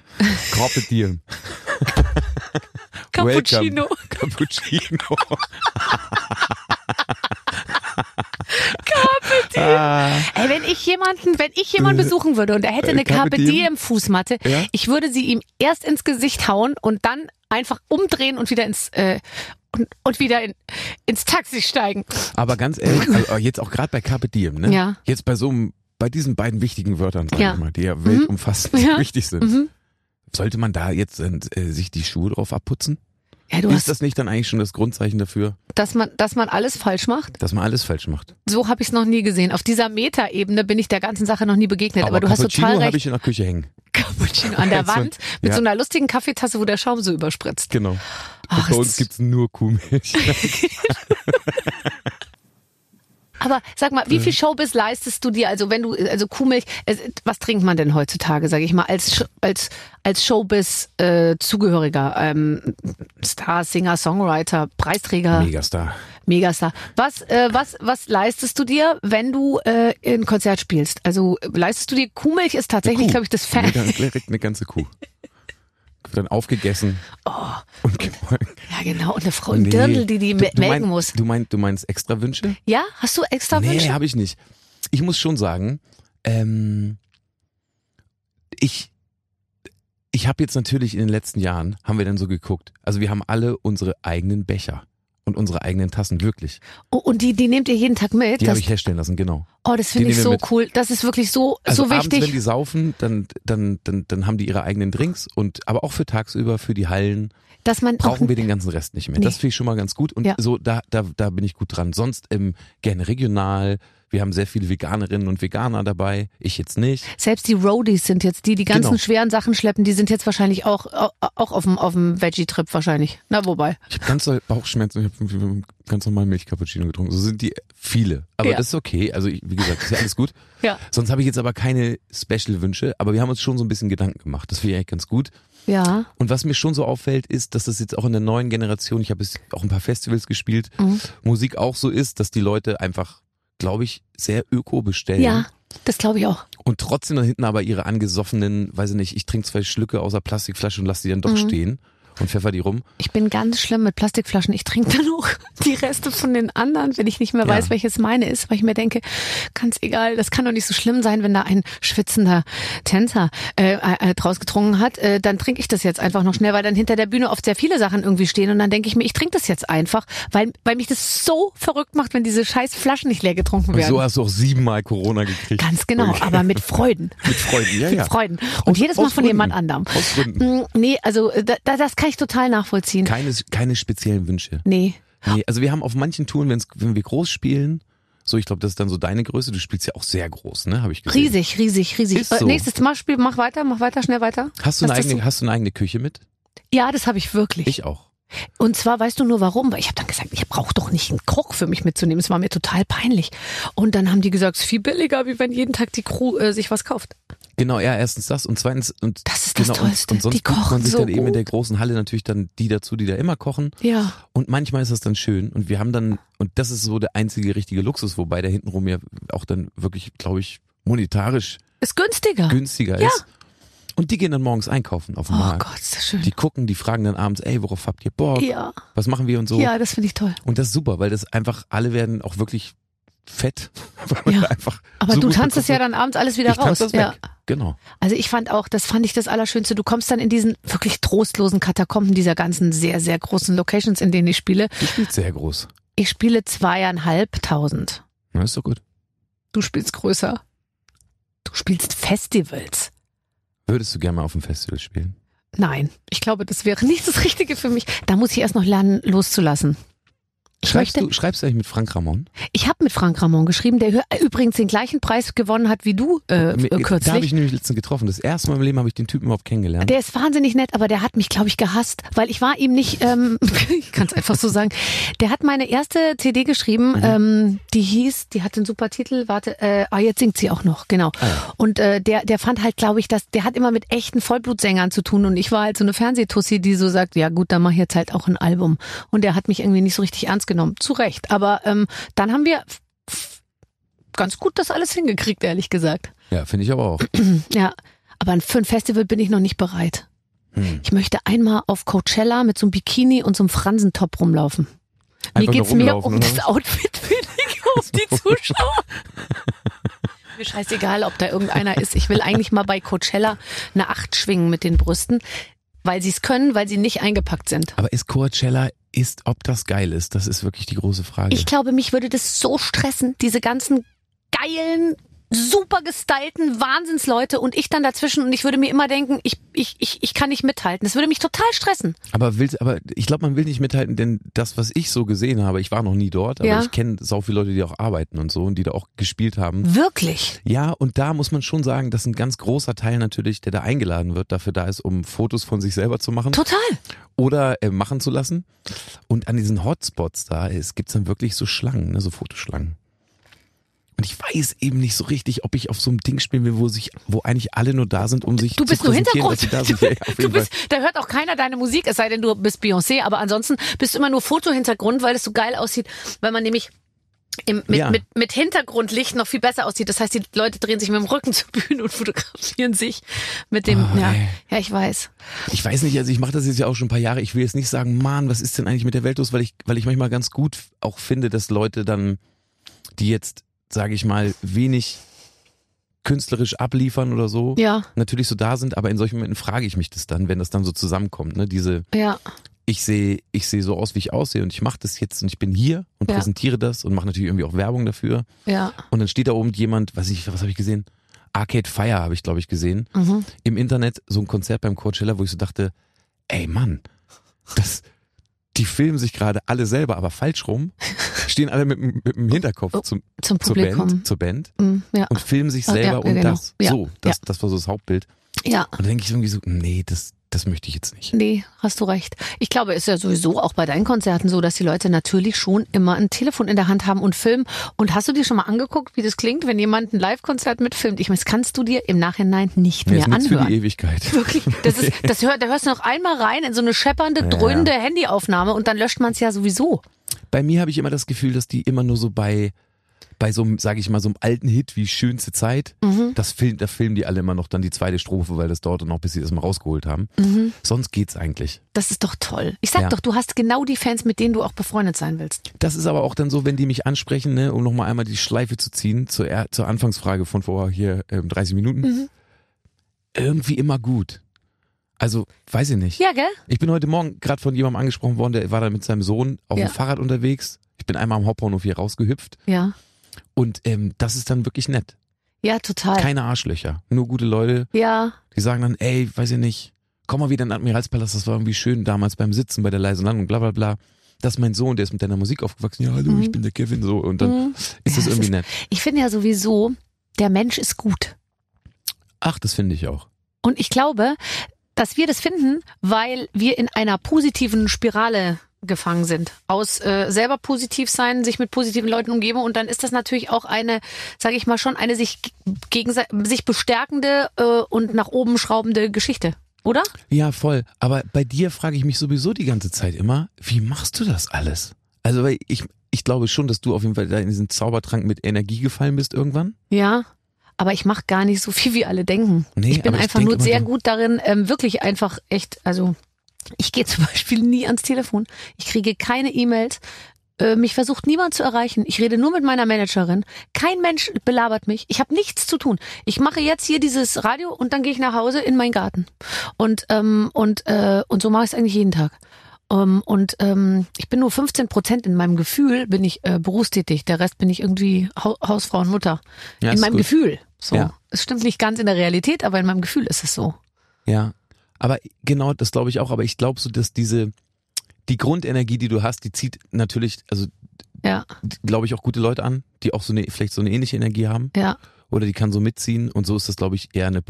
Grotte Deal.
Cappuccino.
Welcome. Cappuccino. ah,
Ey, wenn ich jemanden, wenn ich jemanden besuchen würde und er hätte
Äh,
eine
Carpe
Carpe Diem
Diem
Fußmatte,
Ja.
ich würde sie ihm erst ins Gesicht hauen und dann einfach umdrehen und wieder ins äh, und, und wieder in, ins Taxi steigen.
aber ganz ehrlich, also jetzt auch gerade bei Carpe Diem, ne?
Ja.
Jetzt bei so einem, bei diesen beiden wichtigen Wörtern, sag
Ja.
ich mal, die ja weltumfassend
Ja.
wichtig sind.
Mhm.
Sollte man da jetzt äh, sich die Schuhe drauf abputzen?
Ja, du
ist
hast,
das nicht dann eigentlich schon das Grundzeichen dafür,
dass man, dass man alles falsch macht.
dass man alles falsch macht?
So habe ich es noch nie gesehen. Auf dieser Metaebene bin ich der ganzen Sache noch nie begegnet. Aber, du hast
Cappuccino
total recht.
habe ich in der Küche hängen.
Cappuccino an der
Also,
Wand mit
ja.
so einer lustigen Kaffeetasse, wo der Schaum so überspritzt.
Genau.
Ach,
bei
es
uns
ist-
gibt's nur Kuhmilch.
Aber sag mal,
Hm.
wie viel Showbiz leistest du dir? Also wenn du also Kuhmilch, es- was trinkt man denn heutzutage, sage ich mal, als Sch- als als Showbiz äh, Zugehöriger, ähm, Star, Singer, Songwriter, Preisträger,
Megastar.
Megastar. Was äh, was was leistest du dir, wenn du äh, ein Konzert spielst? Also äh, leistest du dir Kuhmilch ist tatsächlich,
Kuh.
glaube ich, das Fan.
Nee, dann direkt eine ganze Kuh. Wird Dann aufgegessen. Und gemolken.
oh, Ja genau, und eine Frau im Dirndl, die die
Du-
me-
du mein-
melken muss.
Du, meinst, du meinst extra Wünsche?
Ja, hast du extra
Nee,
Wünsche?
habe ich nicht. Ich muss schon sagen, ähm, ich, ich habe jetzt natürlich in den letzten Jahren, haben wir dann so geguckt. Also wir haben alle unsere eigenen Becher und unsere eigenen Tassen, wirklich.
Oh, und die, die nehmt ihr jeden Tag mit.
Die
das,
habe ich herstellen lassen, genau.
oh, das finde
die
ich
nehmen
so
wir mit.
cool. Das ist wirklich so,
Also
so
abends, wenn
wichtig.
die saufen, dann, dann, dann, dann haben die ihre eigenen Drinks und aber auch für tagsüber, für die Hallen.
dass man auch,
brauchen wir den ganzen Rest nicht mehr.
Nee.
Das finde ich schon mal ganz gut und
Ja.
so da, da, da bin ich gut dran. Sonst ähm, gerne regional. Wir haben sehr viele Veganerinnen und Veganer dabei. Ich jetzt nicht.
selbst die Roadies sind jetzt, die die ganzen
Genau.
schweren Sachen schleppen, die sind jetzt wahrscheinlich auch, auch, auch auf dem, auf dem Veggie-Trip wahrscheinlich. Na, wobei.
Ich habe ganz doll Bauchschmerzen. Ich habe ganz normal Milchcappuccino getrunken. So sind die viele. Aber
Ja.
das ist okay. Also ich, wie gesagt, ist ja alles gut.
Ja.
Sonst habe ich jetzt aber keine Special-Wünsche. Aber wir haben uns schon so ein bisschen Gedanken gemacht. Das finde ich eigentlich ganz gut.
Ja.
Und was mir schon so auffällt, ist, dass das jetzt auch in der neuen Generation, ich habe jetzt auch ein paar Festivals gespielt,
Mhm.
Musik auch so ist, dass die Leute einfach, glaube ich, sehr öko bestellen.
Ja. Das glaube ich auch.
Und trotzdem da hinten aber ihre angesoffenen, weiß ich nicht, ich trinke zwei Schlücke aus der Plastikflasche und lasse die dann doch
Mhm.
stehen und pfeffer die rum.
Ich bin ganz schlimm mit Plastikflaschen. Ich trinke dann auch die Reste von den anderen, wenn ich nicht mehr
Ja.
weiß, welches meine ist, weil ich mir denke, ganz egal, das kann doch nicht so schlimm sein, wenn da ein schwitzender Tänzer äh, äh, draus getrunken hat. Äh, dann trinke ich das jetzt einfach noch schnell, weil dann hinter der Bühne oft sehr viele Sachen irgendwie stehen und dann denke ich mir, ich trinke das jetzt einfach, weil, weil mich das so verrückt macht, wenn diese scheiß Flaschen nicht leer getrunken
Und
werden.
so hast du auch siebenmal Corona gekriegt.
ganz genau, aber mit Freuden.
mit Freuden, ja,
Mit
ja.
Freuden. Und
Aus-
jedes Mal
aus
von
Gründen.
jemand anderem.
Aus Gründen.
Mm, Nee, also äh, da, da- das kann ich total nachvollziehen.
Keine, keine speziellen Wünsche.
nee.
Nee, also wir haben auf manchen Touren, wenn's, wenn wir groß spielen, So, ich glaube, das ist dann so deine Größe. Du spielst ja auch sehr groß, ne? Habe ich gesehen.
Riesig, riesig, riesig.
Ist so.
Äh, Nächstes Mal spiel, mach weiter, mach weiter, schnell weiter.
Hast du, eine
Hast du-
eigene, hast du eine eigene Küche mit?
Ja, das habe ich wirklich.
Ich auch.
Und zwar weißt du nur warum, weil ich habe dann gesagt, ich brauche doch nicht einen Koch für mich mitzunehmen. Es war mir total peinlich. Und dann haben die gesagt, es ist viel billiger, wie wenn jeden Tag die Crew äh, sich was kauft.
Genau, ja, erstens das und zweitens und
Das ist das
genau,
Tollste.
Und, und sonst
Die
bucht man
kochen
sich
so
dann eben in der
gut.
großen Halle natürlich dann die dazu, die da immer kochen.
Ja.
Und manchmal ist das dann schön. Und wir haben dann, und das ist so der einzige richtige Luxus, wobei der hintenrum ja auch dann wirklich, glaube ich, monetarisch
Ist günstiger.
günstiger
Ja.
ist. Und die gehen dann morgens einkaufen auf dem
oh
Markt.
Gott, ist das schön.
Die gucken, die fragen dann abends, ey, worauf habt ihr Bock?
ja.
Was machen wir und so?
ja, das finde ich toll.
Und das ist super, weil das einfach, alle werden auch wirklich fett. Weil man
Ja.
da einfach
Aber
so
du
gut
tanzt es
bekochen-
ja dann abends alles wieder
ich
raus.
tanze das
ja.
weg. Genau.
Also ich fand auch, das fand ich das Allerschönste. Du kommst dann in diesen wirklich trostlosen Katakomben dieser ganzen sehr, sehr großen Locations, in denen ich spiele.
Du spielst sehr groß.
Ich spiele zweieinhalbtausend.
Na, ist doch gut.
Du spielst größer. Du spielst Festivals.
Würdest du gerne mal auf dem Festival spielen?
Nein, ich glaube, das wäre nicht das Richtige für mich. Da muss ich erst noch lernen, loszulassen. Ich
Schreibst
möchte,
du, schreibst du eigentlich mit Frank Ramon?
ich habe mit Frank Ramon geschrieben, der hö- übrigens den gleichen Preis gewonnen hat wie du äh,
Mir-
äh,
Da habe
kürzlich.
ich nämlich letztens getroffen. Das erste Mal im Leben habe ich den Typen überhaupt kennengelernt.
Der ist wahnsinnig nett, aber der hat mich, glaube ich, gehasst, weil ich war ihm nicht, ähm, ich kann es einfach so sagen, der hat meine erste CD geschrieben, ähm, die hieß, die hat einen super Titel, warte, äh, ah, jetzt singt sie auch noch, genau. Und äh, der, der fand halt, glaube ich, dass, der hat immer mit echten Vollblutsängern zu tun und ich war halt so eine Fernsehtussi, die so sagt, ja gut, dann mach ich jetzt halt auch ein Album. Und der hat mich irgendwie nicht so richtig ernst genommen, zu Recht. Aber ähm, dann haben wir f- f- ganz gut das alles hingekriegt, ehrlich gesagt.
ja, finde ich aber auch.
Ja, aber für ein Festival bin ich noch nicht bereit.
Hm.
Ich möchte einmal auf Coachella mit so einem Bikini und so einem Fransentop rumlaufen.
Einfach
Mir geht's
nur
mehr
rumlaufen, ne?
um
oder?
das Outfit, weniger um die Zuschauer. Mir scheißegal, ob da irgendeiner ist. Ich will eigentlich mal bei Coachella eine Acht schwingen mit den Brüsten, weil sie es können, weil sie nicht eingepackt sind.
Aber ist Coachella, ist, ob das geil ist, das ist wirklich die große Frage.
Ich glaube, mich würde das so stressen, diese ganzen geilen, super gestylten Wahnsinnsleute und ich dann dazwischen und ich würde mir immer denken, ich, ich, ich, ich kann nicht mithalten. Das würde mich total stressen.
aber willst, aber ich glaube, man will nicht mithalten, denn das, was ich so gesehen habe, ich war noch nie dort, aber
Ja.
ich kenne so viele Leute, die auch arbeiten und so und die da auch gespielt haben.
Wirklich.
Ja, und da muss man schon sagen, dass ein ganz großer Teil natürlich, der da eingeladen wird, dafür da ist, um Fotos von sich selber zu machen
Total.
oder äh, machen zu lassen. Und an diesen Hotspots da ist, gibt's dann wirklich so Schlangen, ne, so Fotoschlangen. Und ich weiß eben nicht so richtig, ob ich auf so einem Ding spielen will, wo sich, wo eigentlich alle nur da sind, um sich
Du bist
zu
nur
präsentieren,
Hintergrund.
dass sie da sind. Ja, ja, auf
Du,
jeden
du bist,
Fall.
da hört auch keiner deine Musik, es sei denn, du bist Beyoncé, aber ansonsten bist du immer nur Fotohintergrund, weil es so geil aussieht, weil man nämlich im, mit,
Ja.
mit, mit Hintergrundlicht noch viel besser aussieht. Das heißt, die Leute drehen sich mit dem Rücken zur Bühne und fotografieren sich mit dem.
Ah,
ja,
ey.
ja, ich weiß.
Ich weiß nicht, also ich mache das jetzt ja auch schon ein paar Jahre. Ich will jetzt nicht sagen, Mann, was ist denn eigentlich mit der Welt los, weil ich, weil ich manchmal ganz gut auch finde, dass Leute dann, die jetzt, sage ich mal, wenig künstlerisch abliefern oder so,
Ja,
natürlich so da sind, aber in solchen Momenten frage ich mich das dann, wenn das dann so zusammenkommt, ne? Diese,
ja.
ich sehe, ich sehe so aus, wie ich aussehe und ich mache das jetzt und ich bin hier und
Ja. Ah.
präsentiere das und mache natürlich irgendwie auch Werbung dafür.
Ja,
Und dann steht da oben jemand, weiß ich, was habe ich gesehen? Arcade Fire habe ich, glaube ich, gesehen
mhm.
im Internet so ein Konzert beim Coachella, wo ich so dachte, ey Mann, das, die filmen sich gerade alle selber, aber falsch rum, stehen alle mit, dem- mit dem Hinterkopf
Oh,
zum,
zum
zur
Publikum.
Band, zur Band
Mm, Ja,
und filmen sich
Ah, ja,
selber
ja,
und
genau.
das
Ja,
so, das, das war so das Hauptbild.
ja.
Und dann denke ich irgendwie so, nee, das, das möchte ich jetzt nicht.
Nee, hast du recht. Ich glaube, ist ja sowieso auch bei deinen Konzerten so, dass die Leute natürlich schon immer ein Telefon in der Hand haben und filmen. Und hast du dir schon mal angeguckt, wie das klingt, wenn jemand ein Live-Konzert mitfilmt? Ich meine, das kannst du dir im Nachhinein nicht
Nee,
mehr
ist nichts für die
anhören.
Ewigkeit.
Wirklich, das ist, das hört, da hörst du noch einmal rein in so eine scheppernde,
Ja,
dröhnende Handyaufnahme und dann löscht man es ja sowieso.
Bei mir habe ich immer das Gefühl, dass die immer nur so bei, bei so einem, sage ich mal, so einem alten Hit wie Schönste Zeit,
Mhm.
das Film, da filmen die alle immer noch dann die zweite Strophe, weil das dort und auch bis sie das mal rausgeholt haben.
Mhm.
Sonst geht's eigentlich.
Das ist doch toll. Ich sag
Ja.
doch, du hast genau die Fans, mit denen du auch befreundet sein willst.
Das ist aber auch dann so, wenn die mich ansprechen, ne, um nochmal einmal die Schleife zu ziehen zur, er- zur Anfangsfrage von vor hier ähm, 30 Minuten.
Mhm.
Irgendwie immer gut. Also, weiß ich nicht.
Ja, gell?
Ich bin heute Morgen gerade von jemandem angesprochen worden, der war da mit seinem Sohn auf
Ja.
dem Fahrrad unterwegs. Ich bin einmal am Hauptbahnhof hier rausgehüpft.
Ja.
Und ähm, das ist dann wirklich nett.
Ja, total.
Keine Arschlöcher. Nur gute Leute,
ja.
die sagen dann, ey, weiß ich nicht, komm mal wieder in den Admiralspalast, das war irgendwie schön damals beim Sitzen bei der leisen Landung, bla bla bla. dass mein Sohn, der ist mit deiner Musik aufgewachsen, ja, hallo, ich bin der Kevin, so. Und dann ist das
Mhm. Ja, es
irgendwie
ist-
nett.
Ich finde ja sowieso, der Mensch ist gut.
Ach, das finde ich auch.
Und ich glaube, dass wir das finden, weil wir in einer positiven Spirale gefangen sind. Aus äh, selber positiv sein, sich mit positiven Leuten umgeben und dann ist das natürlich auch eine, sage ich mal schon, eine sich gegenseitig sich bestärkende äh, und nach oben schraubende Geschichte, oder?
Ja, voll. Aber bei dir frage ich mich sowieso die ganze Zeit immer, wie machst du das alles? Also, weil ich, ich glaube schon, dass du auf jeden Fall da in diesen Zaubertrank mit Energie gefallen bist irgendwann.
Ja. Aber ich mache gar nicht so viel, wie alle denken.
Nee,
ich bin
aber ich
einfach
denk
nur
immer,
sehr
du-
gut darin, ähm, wirklich einfach echt, also ich gehe zum Beispiel nie ans Telefon. Ich kriege keine E-Mails. Äh, mich versucht niemand zu erreichen. Ich rede nur mit meiner Managerin. Kein Mensch belabert mich. Ich habe nichts zu tun. Ich mache jetzt hier dieses Radio und dann gehe ich nach Hause in meinen Garten. Und, ähm, und, äh, und so mache ich es eigentlich jeden Tag. Ähm, und ähm, ich bin nur 15 Prozent in meinem Gefühl, bin ich äh, berufstätig. Der Rest bin ich irgendwie Hau- Hausfrau und Mutter.
Ja,
in
ist
meinem
gut.
Gefühl. So.
Ja.
Es stimmt nicht ganz in der Realität, aber in meinem Gefühl ist es so.
Ja. Aber genau, das glaube ich auch. Aber ich glaube so, dass diese, die Grundenergie, die du hast, die zieht natürlich, also,
Ja.
glaube ich, auch gute Leute an, die auch so eine, vielleicht so eine ähnliche Energie haben.
Ja.
Oder die kann so mitziehen. Und so ist das, glaube ich, eher eine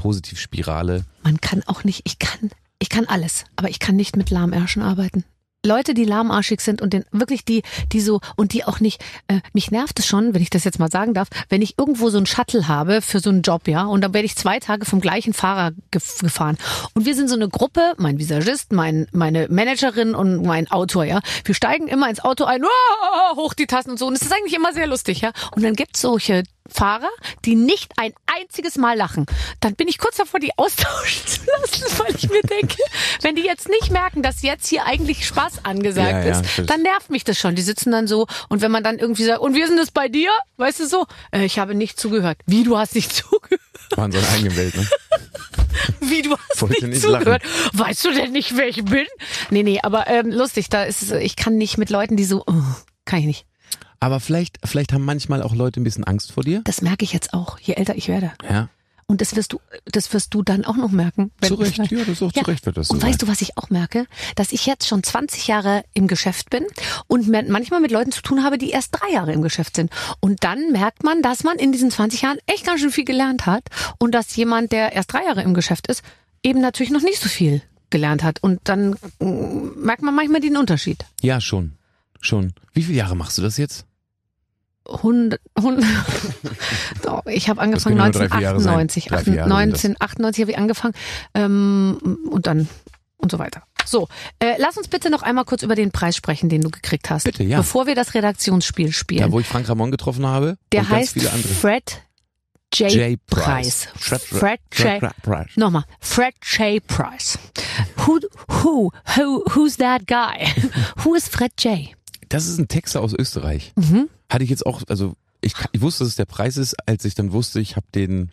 Positivspirale.
Man kann auch nicht, ich kann, ich kann alles, aber ich kann nicht mit Lahmärschen arbeiten. Leute, die lahmarschig sind und den, wirklich die, die so, und die auch nicht, äh, mich nervt es schon, wenn ich das jetzt mal sagen darf, wenn ich irgendwo so einen Shuttle habe für so einen Job, ja, und dann werde ich zwei Tage vom gleichen Fahrer gef gefahren. Und wir sind so eine Gruppe, mein Visagist, mein, meine Managerin und mein Autor, ja. Wir steigen immer ins Auto ein, "Uah", hoch die Tassen und so, und es ist eigentlich immer sehr lustig, ja. Und dann gibt's solche Fahrer, die nicht ein einziges Mal lachen, dann bin ich kurz davor, die austauschen zu lassen, weil ich mir denke, wenn die jetzt nicht merken, dass jetzt hier eigentlich Spaß angesagt
Ja, ja,
ist,
natürlich.
dann nervt mich das schon. Die sitzen dann so und wenn man dann irgendwie sagt, und wir sind es bei dir, weißt du so, äh, ich habe nicht zugehört. Wie, du hast nicht zugehört?
War in so einer eigenen Welt, ne?
Wie, du hast
Wollte
nicht
nicht
zugehört? Weißt du denn nicht, wer ich bin? Nee, nee, aber ähm, lustig, da ist es, ich kann nicht mit Leuten, die so, oh, kann ich nicht.
Aber vielleicht, vielleicht haben manchmal auch Leute ein bisschen Angst vor dir.
Das merke ich jetzt auch, je älter ich werde.
Ja.
Und das wirst du, das wirst du dann auch noch merken. wenn-
Zu Recht, ja, das ist auch zu Recht wird das so
Und
sein.
weißt du, was ich auch merke? Dass ich jetzt schon 20 Jahre im Geschäft bin und mer- manchmal mit Leuten zu tun habe, die erst drei Jahre im Geschäft sind. Und dann merkt man, dass man in diesen 20 Jahren echt ganz schön viel gelernt hat und dass jemand, der erst drei Jahre im Geschäft ist, eben natürlich noch nicht so viel gelernt hat. Und dann mm, merkt man manchmal den Unterschied.
Ja, schon. Schon. Wie viele Jahre machst du das jetzt?
Hund, Hund. Oh, ich habe angefangen
können nur drei, vier Jahre sein.
1998.
Drei, vier Jahre sind das.
1998 habe ich angefangen. Ähm, und dann und so weiter. So, äh, lass uns bitte noch einmal kurz über den Preis sprechen, den du gekriegt hast.
Bitte, ja.
Bevor wir das Redaktionsspiel spielen.
Da, wo ich Frank Ramon getroffen habe.
Der
und ganz
heißt
viele andere.
Fred J.
J.
Price.
Price.
Fred J. Nochmal, Fred J. Price. Who, who, who, who's that guy? who is Fred J.?
Das ist ein Texter aus Österreich.
Mhm.
Hatte ich jetzt auch, also ich, ka- ich wusste, dass es der Preis ist, als ich dann wusste, ich habe den.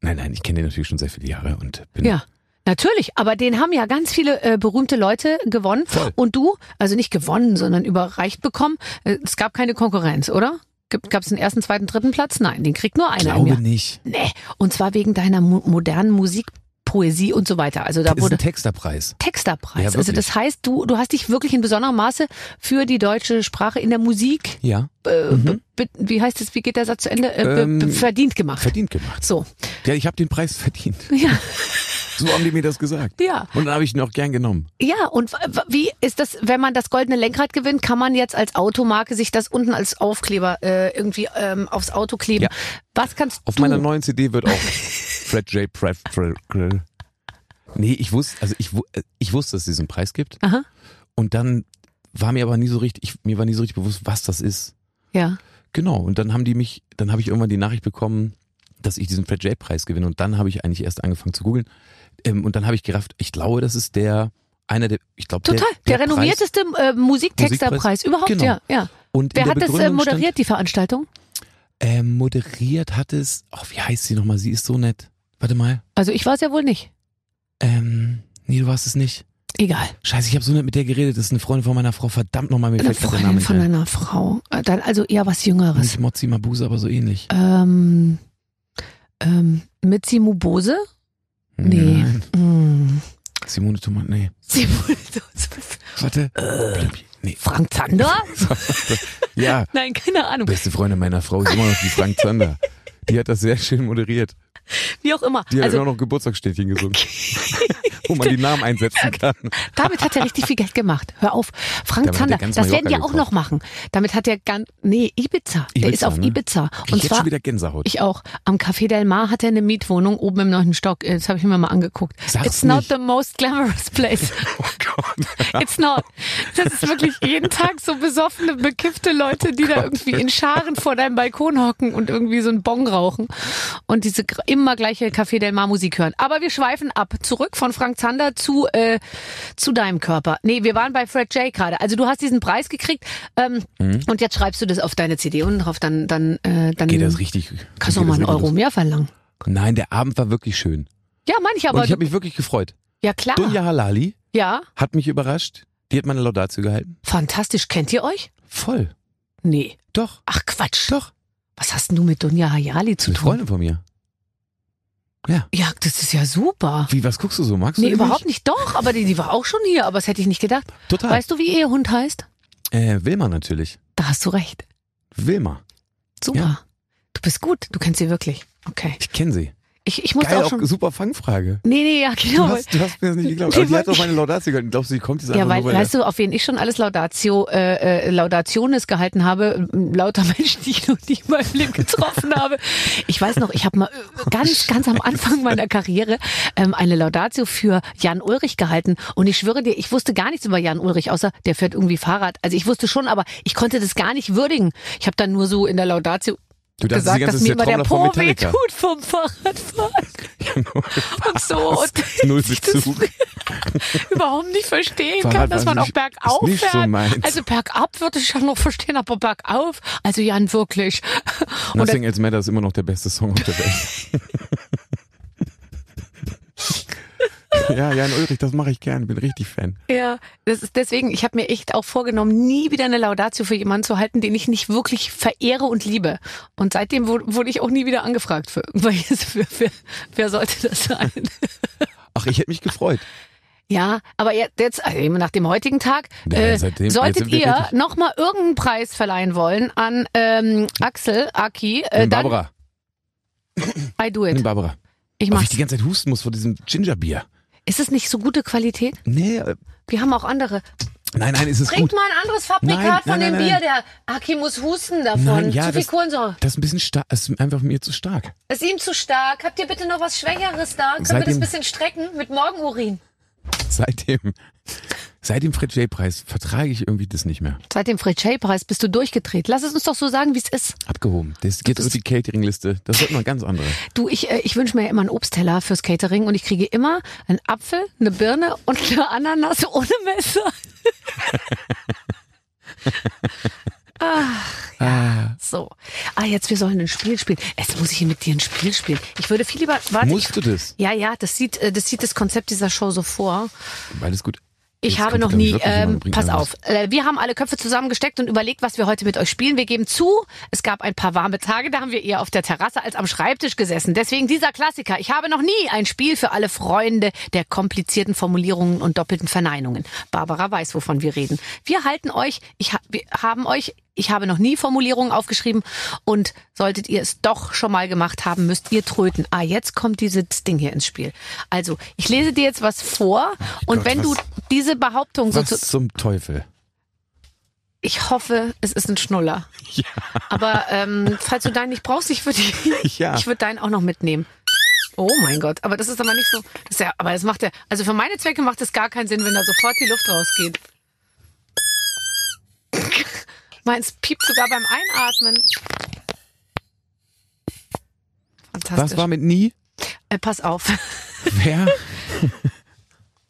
Nein, nein, ich kenne den natürlich schon sehr viele Jahre und bin.
Ja. Natürlich, aber den haben ja ganz viele äh, berühmte Leute gewonnen.
Voll.
Und du, also nicht gewonnen, sondern überreicht bekommen. Äh, es gab keine Konkurrenz, oder? Gab es einen ersten, zweiten, dritten Platz? Nein, den kriegt nur einer
Ich
im
glaube
Jahr.
nicht.
Nee, und zwar wegen deiner mo modernen Musik, Poesie und so weiter. Also da
Das ist
wurde
ein Texterpreis. Ja,
Texterpreis.
wirklich.
also das heißt, du, du hast dich wirklich in besonderem Maße für die deutsche Sprache in der Musik,
Ja.
äh, be- be- wie heißt es, wie geht der Satz zu Ende, äh, be-
Mhm. Ähm,
be- verdient gemacht.
Verdient gemacht.
so,
Ja, ich habe den Preis verdient.
ja,
So haben die mir das gesagt.
ja.
Und dann habe ich ihn auch gern genommen.
Ja, und w- w- wie ist das, wenn man das goldene Lenkrad gewinnt, kann man jetzt als Automarke sich das unten als Aufkleber äh, irgendwie ähm, aufs Auto kleben?
Ja.
Was kannst
Auf
du?
meiner neuen CD wird auch Fred J. Pratt. Nee, ich wusste, also ich, wu- äh, ich wusste, dass es diesen Preis gibt.
Aha.
Und dann war mir aber nie so richtig, ich, mir war nie so richtig bewusst, was das ist.
ja.
Genau. Und dann haben die mich, dann habe ich irgendwann die Nachricht bekommen, dass ich diesen Fred J. Preis gewinne. Und dann habe ich eigentlich erst angefangen zu googeln. Ähm, und dann habe ich gerafft, ich glaube, das ist der, einer der, ich glaube,
Total. Der,
Preis-
renommierteste äh, Musiktexterpreis
Musikpreis.
überhaupt,
Genau.
ja, ja.
Und
Wer
in der
hat das äh,
Begründung
moderiert,
Stand,
die Veranstaltung?
ähm, moderiert hat es, oh, wie heißt sie nochmal? Sie ist so nett. Warte mal.
Also ich war es ja wohl nicht.
Ähm, nee, du warst es nicht.
Egal.
Scheiße, ich habe so nett mit der geredet. Das ist eine Freundin von meiner Frau. Verdammt nochmal, mir
Eine
fällt der
Freundin
Name nicht
von
ein.
einer Frau. Äh, Dann also eher was Jüngeres.
Nicht Mozzi Mabuse, aber so ähnlich.
Ähm, ähm, Mitzi Mubose? Nee.
Nein.
Mm.
Simone Thomas, nee.
Sie Äh.
Warte.
Frank Zander?
Ja,
Nein, keine Ahnung.
beste Freundin meiner Frau ist immer noch die Frank Zander. Die hat das sehr schön moderiert.
Wie auch immer.
Die hat
Also
immer noch Geburtstagsständchen gesungen. wo man die Namen einsetzen kann.
damit hat er richtig viel Geld gemacht. Hör auf. Frank
Damit hat er
Zander,
ganz
das werden die
Mallorca
auch noch
gekauft.
machen. Damit hat er ganz, nee, Ibiza. Der
Ibiza,
ist auf
ne?
Ibiza.
Krieg
Und
ich jetzt
zwar,
schon wieder Gänsehaut.
ich auch. Am Café Del Mar hat er eine Mietwohnung oben im neunten Stock. Äh, Das habe ich mir mal angeguckt.
Sag's
It's not
nicht.
the most glamorous place.
oh Gott.
It's not. Das ist wirklich jeden Tag so besoffene, bekiffte Leute, die da irgendwie in Scharen vor deinem Balkon hocken und irgendwie so einen Bong rauchen und diese gr- immer gleiche Café Del Mar Musik hören. Aber wir schweifen ab. Zurück von Frank Zander zu, äh, zu deinem Körper. Nee, wir waren bei Fred J. gerade. Also du hast diesen Preis gekriegt ähm,
Mhm.
und jetzt schreibst du das auf deine CD und drauf, dann, dann, äh, dann
Geht das richtig?
kannst du auch mal
geht das
einen
richtig
Euro
los?
mehr verlangen.
Nein, der Abend war wirklich schön.
Ja, manche,
Und
aber
ich habe mich wirklich gefreut.
ja klar.
Dunja Halali
Ja,
hat mich überrascht. Die hat meine Laudatio gehalten.
fantastisch. Kennt ihr euch?
Voll.
Nee.
Doch.
Ach Quatsch.
Doch.
Was hast denn du mit Dunja Hayali zu
Eine
tun?
Freundin von mir.
Ja, das ist ja super.
Wie, was guckst du so? Magst
Nee,
du die
überhaupt nicht. Doch, aber die, die war auch schon hier, aber das hätte ich nicht gedacht.
Total.
Weißt du, wie ihr Hund heißt?
äh, Wilma natürlich.
Da hast du recht.
Wilma.
Super.
Ja.
Du bist gut. Du kennst sie wirklich. Okay.
Ich kenne sie.
Ich, ich muss
Geil,
auch
auch,
schon.
super Fangfrage.
Nee, nee, ja,
Du
genau.
hast, du hast mir das nicht geglaubt.
Die
Aber die hat
wollten-
auch meine Laudatio gehalten. Glaubst du, die kommt jetzt einfach
Ja, weil,
nur,
weißt du, auf wen ich schon alles Laudatio, äh, äh, Laudationes gehalten habe, ähm, lauter Menschen, die ich noch nie in meinem Leben getroffen habe. Ich weiß noch, ich habe mal
Oh,
äh, ganz, ganz am Anfang meiner Karriere ähm, eine Laudatio für Jan Ulrich gehalten. Und ich schwöre dir, ich wusste gar nichts über Jan Ulrich, außer der fährt irgendwie Fahrrad. Also ich wusste schon, aber ich konnte das gar nicht würdigen. Ich habe dann nur so in der Laudatio
Du dachtest die
gesagt,
ganze
dass
Zeit,
mir
der
immer der
Trommler von
Po
Metallica.
wehtut vom Fahrradfahren. Und so. Und
Null
ich das
Bezug.
überhaupt nicht verstehen kann,
Fahrrad
dass
weiß
man auch
ich,
bergauf
ist nicht so
fährt.
meins.
also bergab würde ich ja noch verstehen, aber bergauf, also Jan wirklich. Und
Nothing Else Matters ist immer noch der beste Song auf der Welt. ja, Jan Ulrich, das mache ich gern. Bin richtig Fan.
ja, das ist deswegen, ich habe mir echt auch vorgenommen, nie wieder eine Laudatio für jemanden zu halten, den ich nicht wirklich verehre und liebe. Und seitdem wu- wurde ich auch nie wieder angefragt für irgendwelches, für, für wer sollte das sein?
Ach, ich hätte mich gefreut.
Ja, aber je- jetzt, also eben nach dem heutigen Tag,
Ja,
äh,
seitdem- jetzt
solltet
sind wir
ihr
richtig-
nochmal irgendeinen Preis verleihen wollen an ähm, Axel, Aki, äh,
Nimm
dann
Barbara.
I do
Nimm
it.
Barbara.
Ich
Ob ich
mach's.
die ganze Zeit husten muss vor diesem Gingerbier.
Ist es nicht so gute Qualität?
Nee, äh,
Wir haben auch andere.
nein, nein, es ist
Trink
gut.
mal ein anderes Fabrikat
Nein,
von
nein,
dem Bier.
nein,
Der Aki muss husten davon.
Nein, ja,
zu viel
das-
Kohlensäure.
Das ist ein bisschen stark. Das ist einfach mir zu stark.
Ist ihm zu stark. Habt ihr bitte noch was Schwächeres da? Können wir das ein
Seitdem-
bisschen strecken mit Morgenurin?
Seitdem, seit dem Fred J. Preis vertrage ich irgendwie das nicht mehr.
Seit dem Fred Shea-Preis bist du durchgedreht. Lass es uns doch so sagen, wie es ist.
Abgehoben. Das geht auf die Catering-Liste. Das wird mal ganz andere.
Du, ich, äh, ich wünsche mir ja immer einen Obstteller fürs Catering und ich kriege immer einen Apfel, eine Birne und eine Ananas ohne Messer. Ach, ja, so. Ah, jetzt, wir sollen ein Spiel spielen. Jetzt muss ich hier mit dir ein Spiel spielen. Ich würde viel lieber, warte.
Musst
Also ich,
du das?
Ja, ja, das sieht, äh, das sieht das Konzept dieser Show so vor.
Alles gut.
Ich
Jetzt
habe
kommt
noch
dann
nie,
wirklich jemand
ähm,
und bringt
pass
einem was.
auf, äh, wir haben alle Köpfe zusammengesteckt und überlegt, was wir heute mit euch spielen. Wir geben zu, es gab ein paar warme Tage, da haben wir eher auf der Terrasse als am Schreibtisch gesessen. Deswegen dieser Klassiker. Ich habe noch nie ein Spiel für alle Freunde der komplizierten Formulierungen und doppelten Verneinungen. Barbara weiß, wovon wir reden. Wir halten euch, ich ha wir haben euch, ich habe noch nie Formulierungen aufgeschrieben und solltet ihr es doch schon mal gemacht haben, müsst ihr tröten. Ah, jetzt kommt dieses Ding hier ins Spiel. Also, ich lese dir jetzt was vor und
Oh Gott,
wenn du
was-
diese Behauptung so
Was
zu,
zum Teufel?
ich hoffe, es ist ein Schnuller.
Ja.
Aber ähm, falls du deinen nicht brauchst, ich würde
Ja.
ich würde deinen auch noch mitnehmen. Oh mein Gott, aber das ist aber nicht so. das Ist ja, aber das macht ja, also für meine Zwecke macht es gar keinen Sinn, wenn da sofort die Luft rausgeht. Meins piept sogar beim Einatmen.
Was
Fantastisch.
war mit nie?
äh, pass auf.
Wer?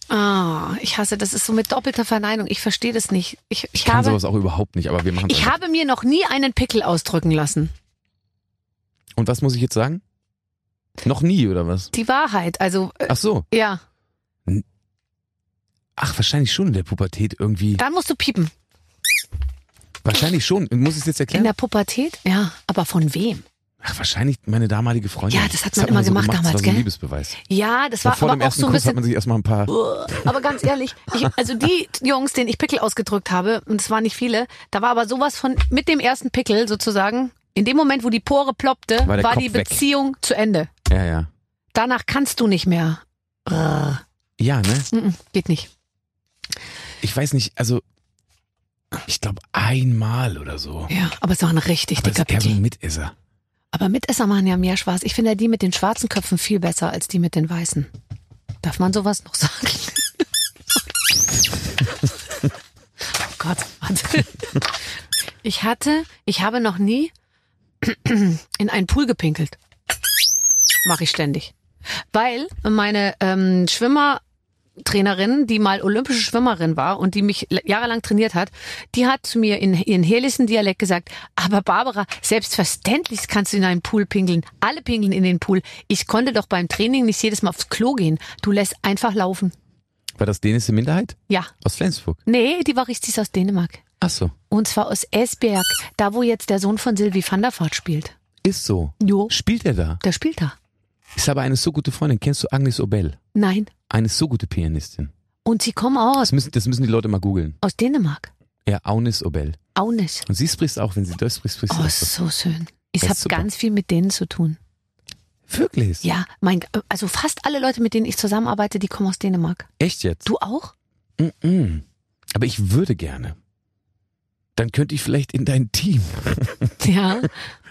Ah, ich hasse, das ist so mit doppelter Verneinung. Ich verstehe das nicht. Ich, ich,
Kann
habe,
sowas auch überhaupt nicht, aber wir machen
ich habe mir noch nie einen Pickel ausdrücken lassen.
Und was muss ich jetzt sagen? Noch nie, oder was?
Die Wahrheit. Also, äh,
Ach so.
ja.
Ach, wahrscheinlich schon in der Pubertät irgendwie.
Dann musst du piepen.
Wahrscheinlich schon. Muss ich es jetzt
In
erklären?
der Pubertät? Ja. Aber von wem?
Ach, wahrscheinlich meine damalige Freundin.
Ja, das hat man immer gemacht
das war
damals,
so ein
gell?
Liebesbeweis.
Ja, das war
Vor dem
aber auch
ersten
so ein
Kuss
bisschen. äh,
hat man sich erstmal ein paar.
Aber ganz ehrlich, ich, also die Jungs, denen ich Pickel ausgedrückt habe, und es waren nicht viele, da war aber sowas von mit dem ersten Pickel sozusagen, in dem Moment, wo die Pore ploppte,
War
war,
der Kopf
die
weg.
Beziehung zu Ende.
Ja, ja.
Danach kannst du nicht mehr. Äh,
Ja, ne?
mm, mm, geht nicht.
Ich weiß nicht, also ich glaube einmal oder so.
Ja, aber es war ein richtig
Aber das
dicker
ist eher so
Pickel.
ein Mitesser.
Aber Mitesser machen ja mehr Spaß. Ich finde ja die mit den schwarzen Köpfen viel besser als die mit den weißen. Darf man sowas noch sagen? oh Gott, warte. Ich hatte, ich habe noch nie in einen Pool gepinkelt. Mache ich ständig. Weil meine ähm, Schwimmertrainerin, die mal olympische Schwimmerin war und die mich l- jahrelang trainiert hat, die hat zu mir in ihren herrlichen Dialekt gesagt, aber Barbara, selbstverständlich kannst du in einen Pool pinkeln. Alle pinkeln in den Pool. Ich konnte doch beim Training nicht jedes Mal aufs Klo gehen. Du lässt einfach laufen.
War das dänische Minderheit?
Ja.
Aus Flensburg.
Nee, die war richtig aus Dänemark.
Ach so.
Und zwar aus Esberg, da wo jetzt der Sohn von Sylvie van der Vaart spielt.
Ist so.
Jo,
Spielt er da?
der spielt da.
Ist aber eine so gute Freundin. Kennst du Agnes Obel?
Nein.
Eine so gute Pianistin.
Und sie kommen aus,
Das müssen, das müssen die Leute mal googeln.
aus Dänemark.
Ja, Agnes Obel.
Auch nicht.
Und sie spricht auch, wenn sie Deutsch spricht, spricht sie
Oh,
auch so.
so schön. Ich
Das
habe
ist super.
ganz viel mit denen zu tun.
Wirklich?
Ja, mein, also fast alle Leute, mit denen ich zusammenarbeite, die kommen aus Dänemark.
Echt jetzt?
Du auch?
Mm-mm. Aber ich würde gerne. Dann könnte ich vielleicht in dein Team.
Ja.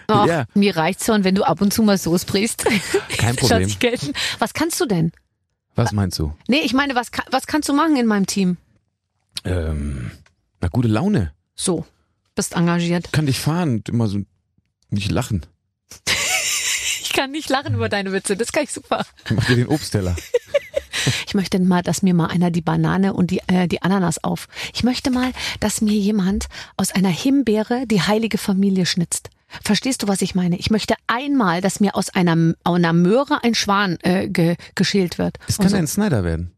Ach,
Ja.
Mir reicht's schon, wenn du ab und zu mal so sprichst.
Kein
Das lass
Problem.
ich gelten. Was kannst du denn?
Was meinst du?
Nee, ich meine, was, ka- was kannst du machen in meinem Team?
Ähm, na, gute Laune.
So, bist engagiert.
Kann dich fahren. Immer so nicht lachen.
Ich kann nicht lachen über deine Witze, das kann ich super.
Mach dir den Obstteller.
Ich möchte mal, dass mir mal einer die Banane und die, äh, die Ananas auf. Ich möchte mal, dass mir jemand aus einer Himbeere die heilige Familie schnitzt. Verstehst du, was ich meine? Ich möchte einmal, dass mir aus einer, einer Möhre ein Schwan äh, ge, geschält wird.
Es
Und
kann
so.
ein Snyder werden.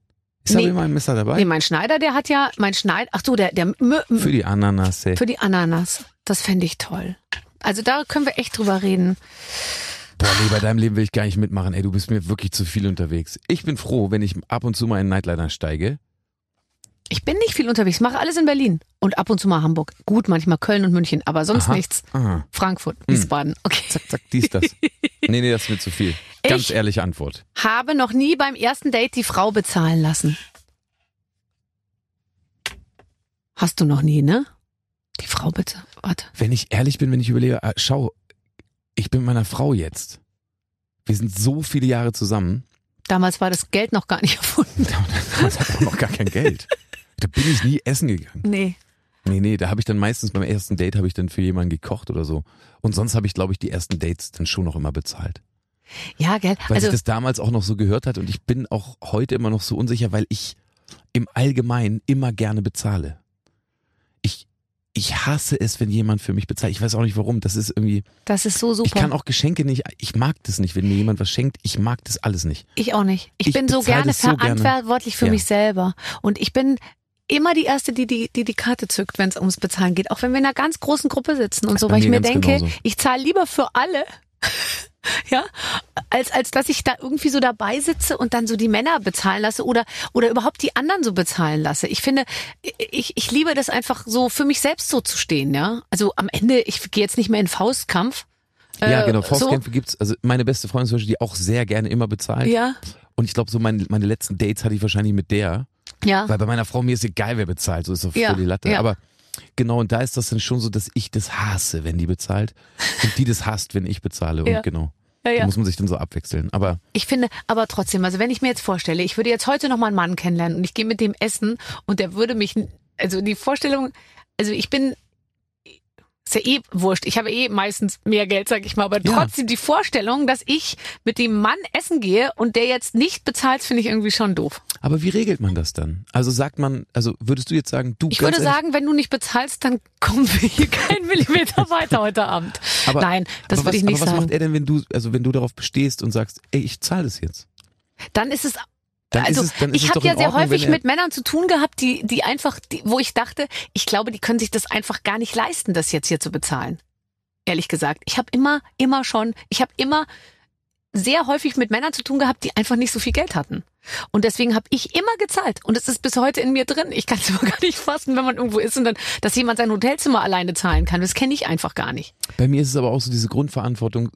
Ich habe
Nee.
immer ein Messer dabei.
Nee, mein Schneider, der hat ja, mein Schneider, ach so, der, der Mö,
Für die Ananas. ey.
für die Ananas. Das fände ich toll. Also da können wir echt drüber reden.
Boah, nee, bei deinem Leben will ich gar nicht mitmachen. Ey, du bist mir wirklich zu viel unterwegs. Ich bin froh, wenn ich ab und zu mal in Nightliner steige.
Ich bin nicht viel unterwegs, mache alles in Berlin und ab und zu mal Hamburg. Gut, manchmal Köln und München, aber sonst
Aha. Hm.
nichts.
Aha.
Frankfurt, Wiesbaden. Okay.
Zack, zack, dies, das. Nee, nee, das ist mir zu viel. Ganz
Ich-
ehrliche Antwort.
Habe noch nie beim ersten Date die Frau bezahlen lassen. Hast du noch nie, ne? Die Frau bitte. Warte.
Wenn ich ehrlich bin, wenn ich überlege, ah, schau, ich bin mit meiner Frau jetzt. Wir sind so viele Jahre zusammen.
Damals war das Geld noch gar nicht erfunden.
Damals hat man noch gar kein Geld. Da bin ich nie essen gegangen.
Nee.
Nee, nee, da habe ich dann meistens beim ersten Date habe ich dann für jemanden gekocht oder so. Und sonst habe ich, glaube ich, die ersten Dates dann schon noch immer bezahlt.
Ja, gell?
weil
also,
ich das damals auch noch so gehört hat und ich bin auch heute immer noch so unsicher, weil ich im Allgemeinen immer gerne bezahle. Ich, ich hasse es, wenn jemand für mich bezahlt. Ich weiß auch nicht warum. Das ist irgendwie.
das ist so super.
Ich kann auch Geschenke nicht. Ich mag das nicht, wenn mir jemand was schenkt. Ich mag das alles nicht.
Ich auch nicht. Ich,
Ich
bin so
bezahl
gerne
das so gerne.
verantwortlich für
Ja.
mich selber. Und ich bin immer die Erste, die die, die, die Karte zückt, wenn es ums Bezahlen geht. Auch wenn wir in einer ganz großen Gruppe sitzen und so,
bei
weil ich
mir
mir
ganz
denke,
genauso.
ich zahle lieber für alle. Ja, als, als dass ich da irgendwie so dabei sitze und dann so die Männer bezahlen lasse oder, oder überhaupt die anderen so bezahlen lasse. Ich finde, ich, ich liebe das einfach so für mich selbst so zu stehen, ja. Also am Ende, ich gehe jetzt nicht mehr in Faustkampf.
ja,
Äh,
genau.
so-
Faustkämpfe gibt's. Also meine beste Freundin zum Beispiel, die auch sehr gerne immer bezahlt.
Ja,
Und ich glaube, so meine, meine letzten Dates hatte ich wahrscheinlich mit der.
ja.
Weil bei meiner Frau mir ist egal, wer bezahlt, so ist doch voll
Ja,
die Latte.
ja.
Aber genau, und da ist das dann schon so, dass ich das hasse, wenn die bezahlt. Und die das hasst, wenn ich bezahle. Und
Ja.
genau.
Ja, ja.
Da muss man sich dann so abwechseln. Aber
Ich finde, aber trotzdem, also wenn ich mir jetzt vorstelle, ich würde jetzt heute noch mal einen Mann kennenlernen und ich gehe mit dem essen und der würde mich, also die Vorstellung, also ich bin, ist ja eh wurscht, ich habe eh meistens mehr Geld, sag ich mal, aber
Ja.
trotzdem die Vorstellung, dass ich mit dem Mann essen gehe und der jetzt nicht bezahlt, finde ich irgendwie schon doof.
aber wie regelt man das dann? Also sagt man, also würdest du jetzt sagen, du
Ich
ganz
würde
ehrlich,
sagen, wenn du nicht bezahlst, dann kommen wir hier keinen Millimeter weiter heute Abend.
aber,
Nein, das
aber
würde
was,
ich nicht
aber was macht
sagen.
er denn, wenn du, also wenn du darauf bestehst und sagst, ey, ich zahle das jetzt?
Dann ist es
Dann
also
ist es, dann ist
ich
es
habe
doch
ja
in
sehr
Ordnung, wenn
häufig
er,
mit Männern zu tun gehabt, die, die einfach, die, wo ich dachte, ich glaube, die können sich das einfach gar nicht leisten, das jetzt hier zu bezahlen. ehrlich gesagt. Ich habe immer, immer schon, ich habe immer sehr häufig mit Männern zu tun gehabt, die einfach nicht so viel Geld hatten. Und deswegen habe ich immer gezahlt. Und es ist bis heute in mir drin. Ich kann es immer gar nicht fassen, wenn man irgendwo ist und dann, dass jemand sein Hotelzimmer alleine zahlen kann. Das kenne ich einfach gar nicht.
Bei mir ist es aber auch so diese Grundverantwortung.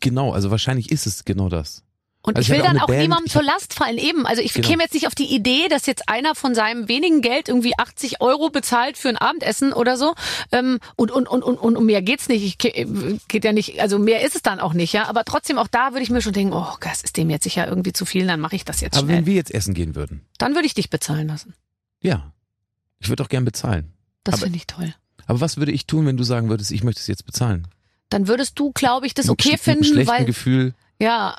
Genau, also wahrscheinlich ist es genau das.
Und
Also
ich
ich
will
hatte
dann auch
auch eine Band,
niemandem
ich
zur Last fallen, eben. Also ich
Genau.
käme jetzt nicht auf die Idee, dass jetzt einer von seinem wenigen Geld irgendwie 80 Euro bezahlt für ein Abendessen oder so. Ähm, und, und, und, und, und um mehr geht's nicht. Ich, kä- geht ja nicht, also mehr ist es dann auch nicht, ja. Aber trotzdem, auch da würde ich mir schon denken, oh, das ist dem jetzt sicher irgendwie zu viel, dann mache ich das jetzt
Aber wenn
schnell.
wir jetzt essen gehen würden,
Dann würde ich dich bezahlen lassen.
ja, ich würde auch gern bezahlen.
Das
Aber-
finde ich toll.
Aber was würde ich tun, wenn du sagen würdest, ich möchte es jetzt bezahlen?
Dann würdest du, glaube ich, das
Mit sch-
okay
mit einem
finden,
schlechten
weil,
Gefühl.
ja,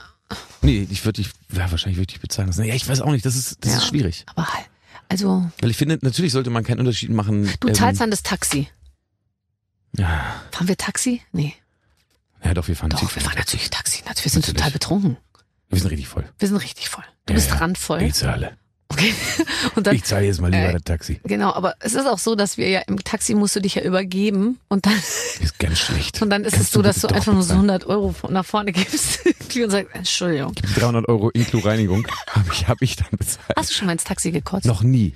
Nee, ich würde dich, ja, wahrscheinlich würde ich dich bezahlen lassen. Ja, ich weiß auch nicht, das ist, das
Ja.
ist schwierig.
aber halt, also,
Weil ich finde, natürlich sollte man keinen Unterschied machen.
du
ähm,
zahlst dann das Taxi.
Ja,
Fahren wir Taxi? Nee.
ja doch, wir fahren
Doch, wir
Taxi.
fahren natürlich Taxi. Nat, Wir sind
Natürlich.
total betrunken.
Wir sind richtig voll.
Wir sind richtig voll. Du
Ja,
bist
ja.
randvoll.
Ich zahle.
Okay. Und dann,
Ich zahle jetzt mal lieber
Äh,
das Taxi.
genau, aber es ist auch so, dass wir ja im Taxi musst du dich ja übergeben und dann,
Ist ganz schlecht.
und dann ist es
Kannst
so, dass
bitte
du
doch
einfach nur so
bezahlen?
100 Euro von- nach vorne gibst und sagst, Entschuldigung.
300 Euro inklu Reinigung habe ich, hab ich dann bezahlt.
Hast du schon mal ins Taxi gekotzt?
Noch nie.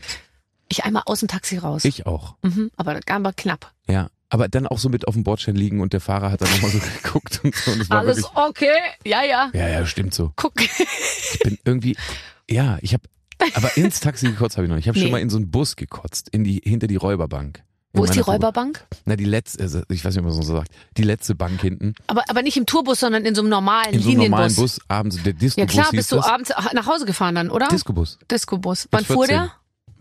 Ich einmal aus dem Taxi raus.
Ich auch.
Mhm, aber, aber knapp.
Ja. Aber dann auch so mit auf dem Bordstein liegen und der Fahrer hat dann nochmal so geguckt und so. Und das war
Alles
wirklich,
okay. Ja, ja.
ja, ja, stimmt so.
Guck.
Ich bin irgendwie, ja, ich habe, aber ins Taxi gekotzt habe ich noch. nicht. Ich habe
Nee.
schon mal in so einen Bus gekotzt, in die, hinter die Räuberbank. In
Wo ist die
meiner Gruppe.
Räuberbank?
Na, die letzte, also ich weiß nicht, ob man so sagt, die letzte Bank hinten.
Aber, aber nicht im Tourbus, sondern in so einem normalen
In so einem
Äh,
normalen
Linienbus.
Bus, abends, der Disco-Bus
ja klar,
hieß
bist du
das.
abends nach Hause gefahren dann, oder?
Disco-Bus.
Disco-Bus.
Mit
Wann fuhr
14.
der?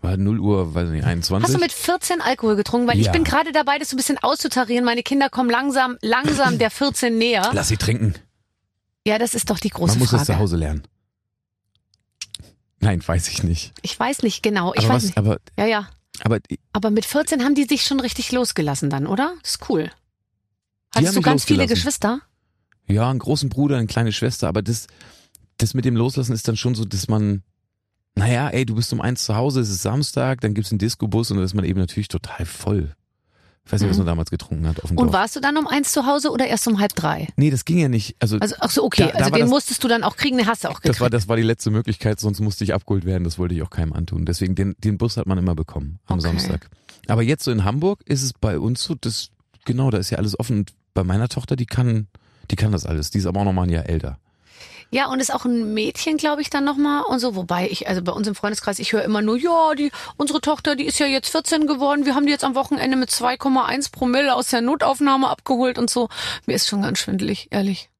War 0 Uhr, weiß nicht, 21.
Hast du mit 14 Alkohol getrunken? Weil ich
Ja.
bin gerade dabei, das so ein bisschen auszutarieren. Meine Kinder kommen langsam, langsam der 14 näher.
Lass sie trinken.
Ja, das ist doch die große
Man muss das zu
Frage.
Hause lernen. Nein, weiß ich nicht.
Ich weiß nicht genau. Ich
aber
weiß
was,
nicht.
aber,
Ja, ja.
aber
Aber mit 14 haben die sich schon richtig losgelassen dann, oder? Das ist cool.
Die
Hattest
haben
du
mich
ganz viele
losgelassen.
Geschwister?
ja, einen großen Bruder, eine kleine Schwester, aber das, das mit dem Loslassen ist dann schon so, dass man, naja, ey, du bist um eins zu Hause, es ist Samstag, dann gibt's einen Disco-Bus und dann ist man eben natürlich total voll. Ich weiß nicht, was
Mhm.
man damals getrunken hat auf dem
Und
Dorf.
warst du dann um eins zu Hause oder erst um halb drei?
Nee, das ging ja nicht. Also,
Also, ach so, okay.
Äh, Da- da
also
war
den
das-
musstest du dann auch kriegen, den hast du auch gekriegt.
das war, das war die letzte Möglichkeit, sonst musste ich abgeholt werden, das wollte ich auch keinem antun. Deswegen, den, den Bus hat man immer bekommen am
Okay.
Samstag. Aber jetzt so in Hamburg ist es bei uns so, das, genau, da ist ja alles offen. Und bei meiner Tochter, die kann, die kann das alles. Die ist aber auch nochmal ein Jahr älter.
Ja, und ist auch ein Mädchen, glaube ich, dann nochmal und so. Wobei ich, also bei uns im Freundeskreis, ich höre immer nur, ja, die, unsere Tochter, die ist ja jetzt 14 geworden. Wir haben die jetzt am Wochenende mit 2,1 Promille aus der Notaufnahme abgeholt und so. Mir ist schon ganz schwindelig, ehrlich.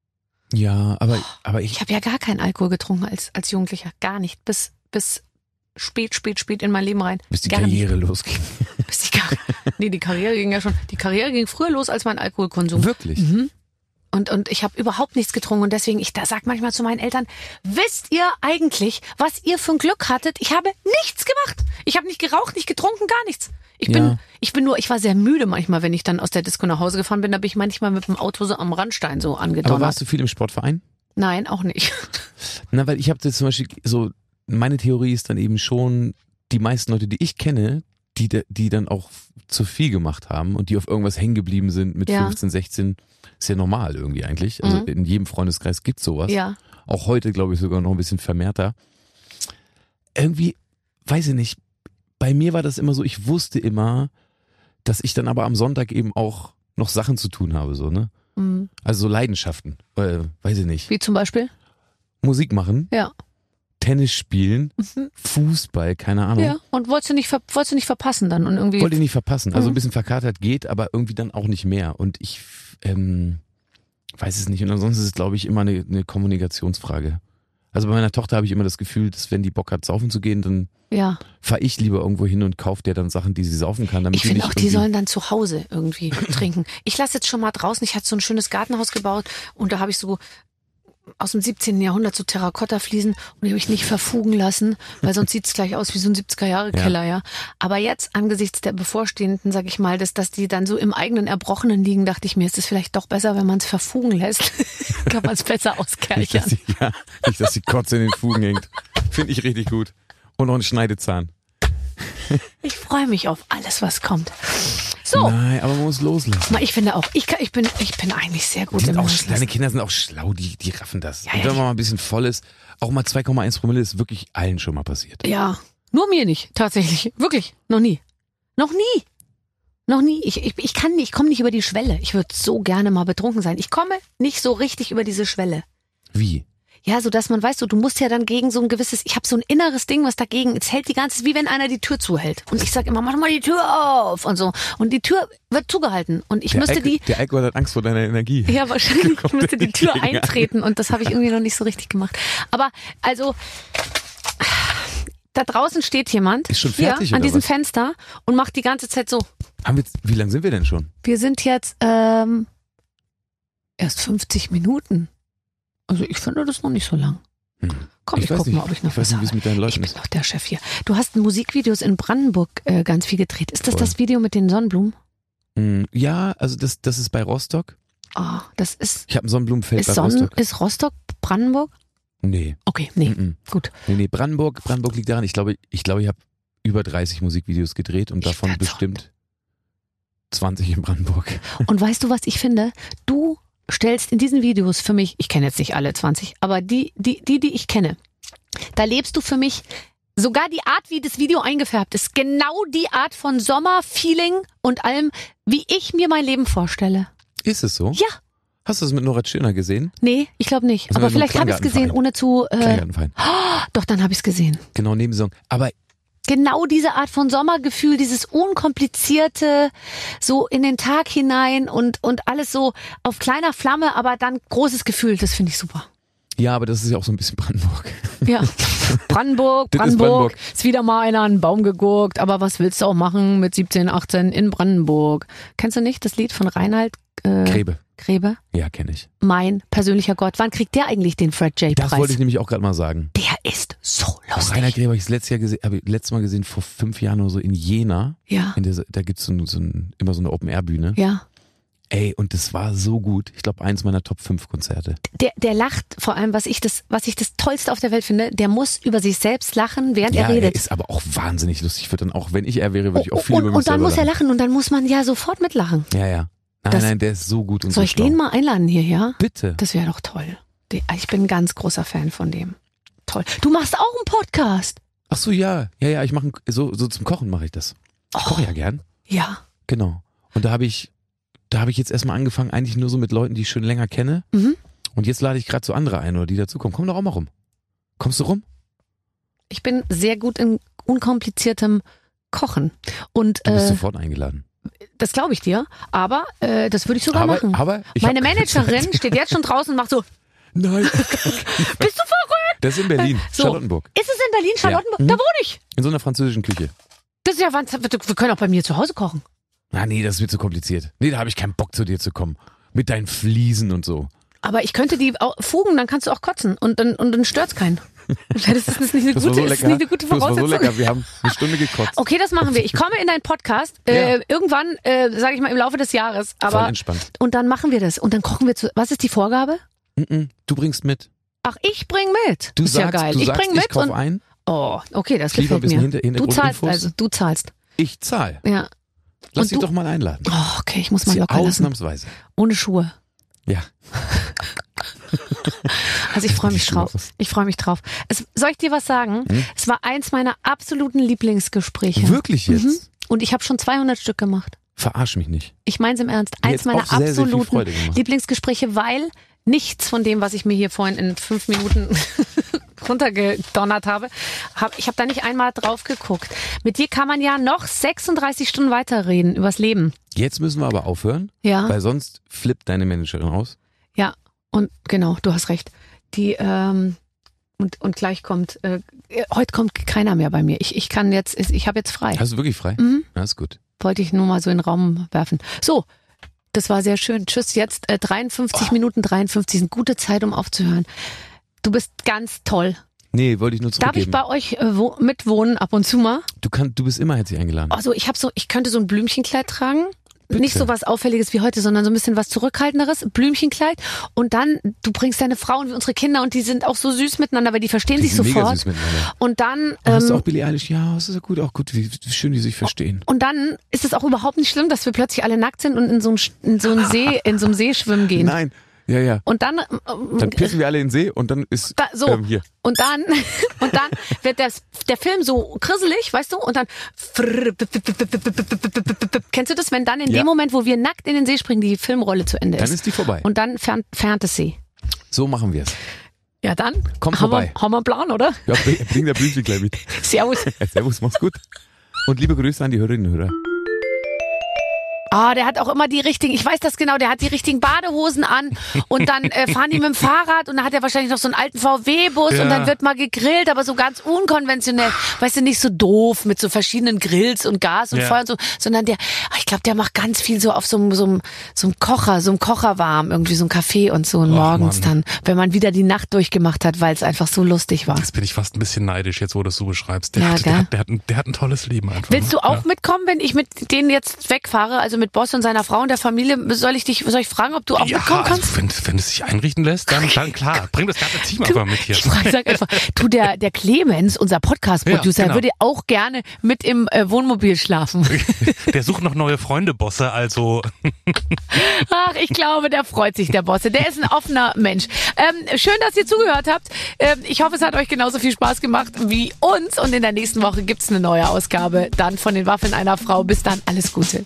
Ja, aber, aber Oh, ich,
Ich habe ja gar keinen Alkohol getrunken als, als Jugendlicher. Gar nicht. Bis, bis spät, spät, spät in mein Leben rein.
bis die
gar nicht.
Karriere losging.
Bis die Karriere. nee, die Karriere ging ja schon. Die Karriere ging früher los als mein Alkoholkonsum.
Wirklich?
Mhm. Und, und ich habe überhaupt nichts getrunken und deswegen, ich da sag manchmal zu meinen Eltern, wisst ihr eigentlich, was ihr für ein Glück hattet? Ich habe nichts gemacht. Ich habe nicht geraucht, nicht getrunken, gar nichts. Ich bin,
Ja.
ich bin nur, ich war sehr müde manchmal, wenn ich dann aus der Disco nach Hause gefahren bin, da bin ich manchmal mit dem Auto so am Randstein so
Aber
angedonnert.
warst du viel im Sportverein?
Nein, auch nicht.
Na, weil ich habe jetzt zum Beispiel so, meine Theorie ist dann eben schon, die meisten Leute, die ich kenne, die, da- die dann auch zu viel gemacht haben und die auf irgendwas hängen geblieben sind mit
Ja.
15, 16, ist ja normal irgendwie eigentlich. Also
Mhm.
in jedem Freundeskreis gibt's sowas.
Ja.
Auch heute, glaube ich, sogar noch ein bisschen vermehrter. Irgendwie, weiß ich nicht, bei mir war das immer so, ich wusste immer, dass ich dann aber am Sonntag eben auch noch Sachen zu tun habe, so, ne?
Mhm.
Also so Leidenschaften, äh, weiß ich nicht.
Wie zum Beispiel?
Musik machen.
Ja.
Tennis spielen,
Mhm.
Fußball, keine Ahnung.
Ja. Und wolltest du nicht, ver wolltest du nicht verpassen dann und irgendwie.
Wollte ich nicht verpassen. Also
Mhm.
ein bisschen verkatert geht, aber irgendwie dann auch nicht mehr. Und ich ähm, weiß es nicht. Und ansonsten ist es, glaube ich, immer eine, eine Kommunikationsfrage. Also bei meiner Tochter habe ich immer das Gefühl, dass wenn die Bock hat, saufen zu gehen, dann
ja.
fahre ich lieber irgendwo hin und kaufe der dann Sachen, die sie saufen kann. Damit
Ich finde
nicht
auch, die
irgendwie-
sollen dann zu Hause irgendwie trinken. Ich lasse jetzt schon mal draußen, ich hatte so ein schönes Gartenhaus gebaut und da habe ich so aus dem 17. Jahrhundert so Terrakotta-Fliesen und die habe ich nicht verfugen lassen, weil sonst sieht's gleich aus wie so ein 70er-Jahre-Keller, ja. Aber jetzt, angesichts der bevorstehenden, sag ich mal, dass, dass die dann so im eigenen Erbrochenen liegen, dachte ich mir, ist es vielleicht doch besser, wenn man es verfugen lässt. Kann man es besser
Nicht, dass
auskerchern.
sie, ja, nicht, dass die Kotze in den Fugen hängt. Finde ich richtig gut. Und noch ein Schneidezahn.
Ich freue mich auf alles, was kommt. So,
Nein, aber man muss loslassen.
ich finde auch, ich, kann, ich, bin, ich bin eigentlich sehr gut
Die sind
im
auch,
Loslassen.
deine Kinder sind auch schlau, die, die raffen das.
Genau, Ja,
Und
ja,
wenn
die-
man mal ein bisschen voll ist, auch mal 2,1 Promille ist wirklich allen schon mal passiert.
Ja, nur mir nicht, tatsächlich. Wirklich, noch nie. Noch nie. Noch nie. Ich, ich, ich kann nicht, ich komme nicht über die Schwelle. Ich würde so gerne mal betrunken sein. Ich komme nicht so richtig über diese Schwelle.
Wie?
Ja, so dass man weiß, so, du musst ja dann gegen so ein gewisses, ich habe so ein inneres Ding, was dagegen, es hält die ganze, wie wenn einer die Tür zuhält. Und ich sag immer, mach doch mal die Tür auf und so. Und die Tür wird zugehalten. Und ich
Der
müsste
Alk-
die,
Der Alkohol hat Angst vor deiner Energie.
ja, wahrscheinlich. Ich müsste die Tür
Gegen einen.
eintreten und das habe ich irgendwie noch nicht so richtig gemacht. Aber also, da draußen steht jemand
Ist schon fertig,
hier an
oder
diesem
was?
Fenster und macht die ganze Zeit so.
Haben wir, jetzt- wie lange sind wir denn schon?
Wir sind jetzt ähm, erst 50 Minuten. Also ich finde das noch nicht so lang.
Hm.
Komm, ich,
weiß
guck
nicht,
mal, ob ich noch
ich weiß
was
nicht, wie es
habe.
mit deinen
Ich
Leuten
bin
ist.
doch der Chef hier. Du hast Musikvideos in Brandenburg äh, ganz viel gedreht. Ist das
Voll.
das Video mit den Sonnenblumen?
Hm, Ja, also das, das ist bei Rostock.
Ah, das ist,
Ich habe ein Sonnenblumenfeld
ist,
bei
Sonnen,
Rostock.
ist Rostock Brandenburg?
Nee.
Okay, nee,
mhm.
gut.
Nee, nee, Brandenburg, Brandenburg liegt daran. Ich glaube, ich, glaube, ich habe über 30 Musikvideos gedreht und
Ich
davon
werd's
bestimmt 20 in Brandenburg.
Und weißt du, was ich finde? Du stellst in diesen Videos für mich, ich kenne jetzt nicht alle 20, aber die, die, die, die ich kenne, da lebst du für mich sogar die Art, wie das Video eingefärbt ist, genau die Art von Sommer, Feeling und allem, wie ich mir mein Leben vorstelle.
Ist es so?
Ja,
Hast du es mit Nora Tschirner gesehen?
nee, ich glaube nicht.
Das
Aber
war nur ein
vielleicht habe ich es gesehen,
Kleingartenverein.
ohne zu. Äh,
Kleingartenverein.
doch, dann habe ich es gesehen.
Genau, Nebensong. Aber
Genau diese Art von Sommergefühl, dieses unkomplizierte, so in den Tag hinein und, und alles so auf kleiner Flamme, aber dann großes Gefühl, das finde ich super.
ja, aber das ist ja auch so ein bisschen Brandenburg.
Ja. Brandenburg,
Das ist
Brandenburg.
Brandenburg.
Ist, wieder mal einer an den Baum gegurkt, aber was willst du auch machen mit 17, 18 in Brandenburg? Kennst du nicht das Lied von Reinhard äh,
Grebe.
Grebe?
Ja, kenne ich.
Mein persönlicher Gott. Wann kriegt der eigentlich den Fred J.
Das wollte
Preis?
ich nämlich auch gerade mal sagen.
Der ist so
Auch Rainer
lustig.
Gräber habe ich das letztes, Jahr gese- hab ich letztes Mal gesehen, vor fünf Jahren oder so in Jena.
Ja,
In der, da gibt so es so ein, immer so eine Open-Air-Bühne.
ja.
Ey, und das war so gut. Ich glaube, eins meiner Top 5 Konzerte.
Der, der lacht vor allem, was ich das, was ich das Tollste auf der Welt finde. Der muss über sich selbst lachen, während
ja,
er redet. Oh,
ist aber auch wahnsinnig lustig. Ich würde dann auch, wenn ich er wäre, würde ich auch viel
und,
über mich
und dann
selber
muss er lachen und dann muss man ja sofort mitlachen.
Ja, ja. Nein,
Das-
nein, der ist so gut und
Soll
so
ich den
schlau.
mal einladen hier, ja?
Bitte.
Das wäre doch toll. Die- ah, Ich bin ein ganz großer Fan von dem. Toll. Du machst auch einen Podcast.
Ach so, ja. Ja, ja, ich mache so, so zum Kochen mache ich das. Ich
Oh.
koche ja gern.
Ja.
Genau. Und da habe ich, da habe ich jetzt erstmal angefangen, eigentlich nur so mit Leuten, die ich schon länger kenne.
Mhm.
Und jetzt lade ich gerade so andere ein oder die dazukommen. Komm doch auch mal rum. Kommst du rum?
Ich bin sehr gut in unkompliziertem Kochen. Und
Du bist
äh,
sofort eingeladen.
das glaube ich dir. Aber äh, das würde ich sogar
aber,
machen.
aber ich
Meine
hab keine
Managerin
Zeit.
steht jetzt schon draußen und macht so,
Nein,
bist du verrückt? Äh,
das ist in Berlin,
So.
Charlottenburg.
Ist es in Berlin, Charlottenburg?
Mhm.
Da wohne ich.
In so einer französischen Küche.
Das ist ja, wahnsinn- wir können auch bei mir zu Hause kochen.
Ah, nee, das wird zu kompliziert. Nee, da habe ich keinen Bock zu dir zu kommen. Mit deinen Fliesen und so.
Aber ich könnte die au- fugen, dann kannst du auch kotzen und dann, und dann stört's keinen. Das ist, das ist nicht eine
Das
gute,
war so
das
lecker.
ist nicht eine gute
das war so
Voraussetzung.
lecker. Wir haben eine Stunde gekotzt.
Okay, das machen wir. Ich komme in deinen Podcast äh, irgendwann, äh, sage ich mal, im Laufe des Jahres.
Voll
Aber
entspannt.
und dann machen wir das und dann kochen wir zu. Was ist die Vorgabe?
Mm-mm, du bringst mit.
Ach, ich bring mit.
Du
ist
sagst,
ja geil.
du
ich
sagst,
bring mit
ich kauf
und
ein.
oh, okay, das
Lieber ein
gefällt mir.
bisschen hinter,
du zahlst
Hintergrundinfos.
also, du zahlst.
Ich zahl.
Ja.
Lass
Und
dich
du-
doch mal einladen.
Oh, okay, ich muss mal
Sie
locker lassen.
ausnahmsweise.
Ohne Schuhe.
Ja.
Also ich freue mich
Schuhe Hm?
drauf.
aus.
Ich freue mich drauf. Es, soll ich dir was sagen? Es war eins meiner absoluten Lieblingsgespräche.
Wirklich jetzt?
Mhm. Und ich habe schon 200 Stück gemacht.
Verarsch mich nicht.
Ich meine es im Ernst.
Mir
Eins
hat's
meiner
auch sehr, sehr viel
absoluten
Freude gemacht.
Lieblingsgespräche, weil nichts von dem, was ich mir hier vorhin in fünf Minuten runtergedonnert habe, hab, ich habe da nicht einmal drauf geguckt. Mit dir kann man ja noch 36 Stunden weiterreden übers Leben.
Jetzt müssen wir aber aufhören,
Ja,
weil sonst flippt deine Managerin aus.
ja. Und genau, du hast recht. Die ähm, und, und gleich kommt, äh, heute kommt keiner mehr bei mir. Ich, ich kann jetzt, ich habe jetzt frei.
Hast du wirklich frei?
Mhm.
Na, ist gut.
Wollte ich nur mal so in den Raum werfen. So, das war sehr schön. Tschüss. Jetzt äh, 53 Minuten 53 sind gute Zeit, um aufzuhören. Du bist ganz toll.
Nee, wollte ich nur
Darf ich
zurückgeben.
bei euch äh, wo, mitwohnen ab und zu mal? Oh,
du, kannst, du bist immer herzlich eingeladen.
Also ich habe so, ich könnte so ein Blümchenkleid tragen.
Bitte.
Nicht so was Auffälliges wie heute, sondern so ein bisschen was Zurückhaltenderes, Blümchenkleid. Und dann, du bringst deine Frau und unsere Kinder und die sind auch so süß miteinander, weil die verstehen
Die
sich
sind mega
sofort.
süß miteinander.
und dann,
Ähm, hast du
ähm,
auch Billie Eilish? Ja, das ist ja gut, auch gut, wie, wie schön die sich verstehen.
und dann ist es auch überhaupt nicht schlimm, dass wir plötzlich alle nackt sind und in so einen, Sch- in so einen See, in so einem See schwimmen gehen.
Nein, ja, ja.
Und dann,
Dann
ähm,
pissen wir alle in den See und dann ist
Da, so.
ähm, hier.
Und dann, und dann wird das, der Film so krisselig, weißt du? Und dann. Kennst du das, wenn dann in
Ja.
dem Moment, wo wir nackt in den See springen, die Filmrolle zu Ende ist?
Dann ist die vorbei.
und dann fern, fernt es sie.
So machen wir es.
Ja, dann
Komm
haben,
vorbei.
Wir, haben wir einen Plan, oder?
Ja, bring, bring der Blümchen gleich mit.
Servus.
Ja, servus, mach's gut. Und liebe Grüße an die Hörerinnen und Hörer.
Ah, der hat auch immer die richtigen, ich weiß das genau, der hat die richtigen Badehosen an und dann äh, fahren die mit dem Fahrrad und dann hat er wahrscheinlich noch so einen alten VW-Bus
Ja.
und dann wird mal gegrillt, aber so ganz unkonventionell. Weißt du, nicht so doof mit so verschiedenen Grills und Gas und
Ja.
Feuer und so, sondern der, ah, ich glaube, der macht ganz viel so auf so einem so einem- so einem Kocher, so einem Kocher warm, irgendwie so ein Kaffee und so und morgens dann, wenn man wieder die Nacht durchgemacht hat, weil es einfach so lustig war.
Jetzt bin ich fast ein bisschen neidisch, jetzt wo du es so beschreibst. Der,
Ja,
hat, der,
gell?
hat, der, hat, ein, der hat ein tolles Leben einfach.
Willst
ne?
du auch
Ja.
mitkommen, wenn ich mit denen jetzt wegfahre, also mit Boss und seiner Frau und der Familie? Soll ich dich, soll ich fragen, ob du auch
Ja,
mitkommen kannst?
also wenn, wenn es sich einrichten lässt, dann, dann klar. Bring das ganze Team einfach mit hier.
Ich frage, sag einfach, du, der, der Clemens, unser Podcast-Producer,
Ja, genau.
würde auch gerne mit im äh, Wohnmobil schlafen.
Der sucht noch neue Freunde, Bosse, also
Ach, ich glaube, der freut sich, der Bosse. Der ist ein offener Mensch. Ähm, schön, dass ihr zugehört habt. Ähm, ich hoffe, es hat euch genauso viel Spaß gemacht wie uns. Und in der nächsten Woche gibt's eine neue Ausgabe dann von den Waffen einer Frau. Bis dann, alles Gute.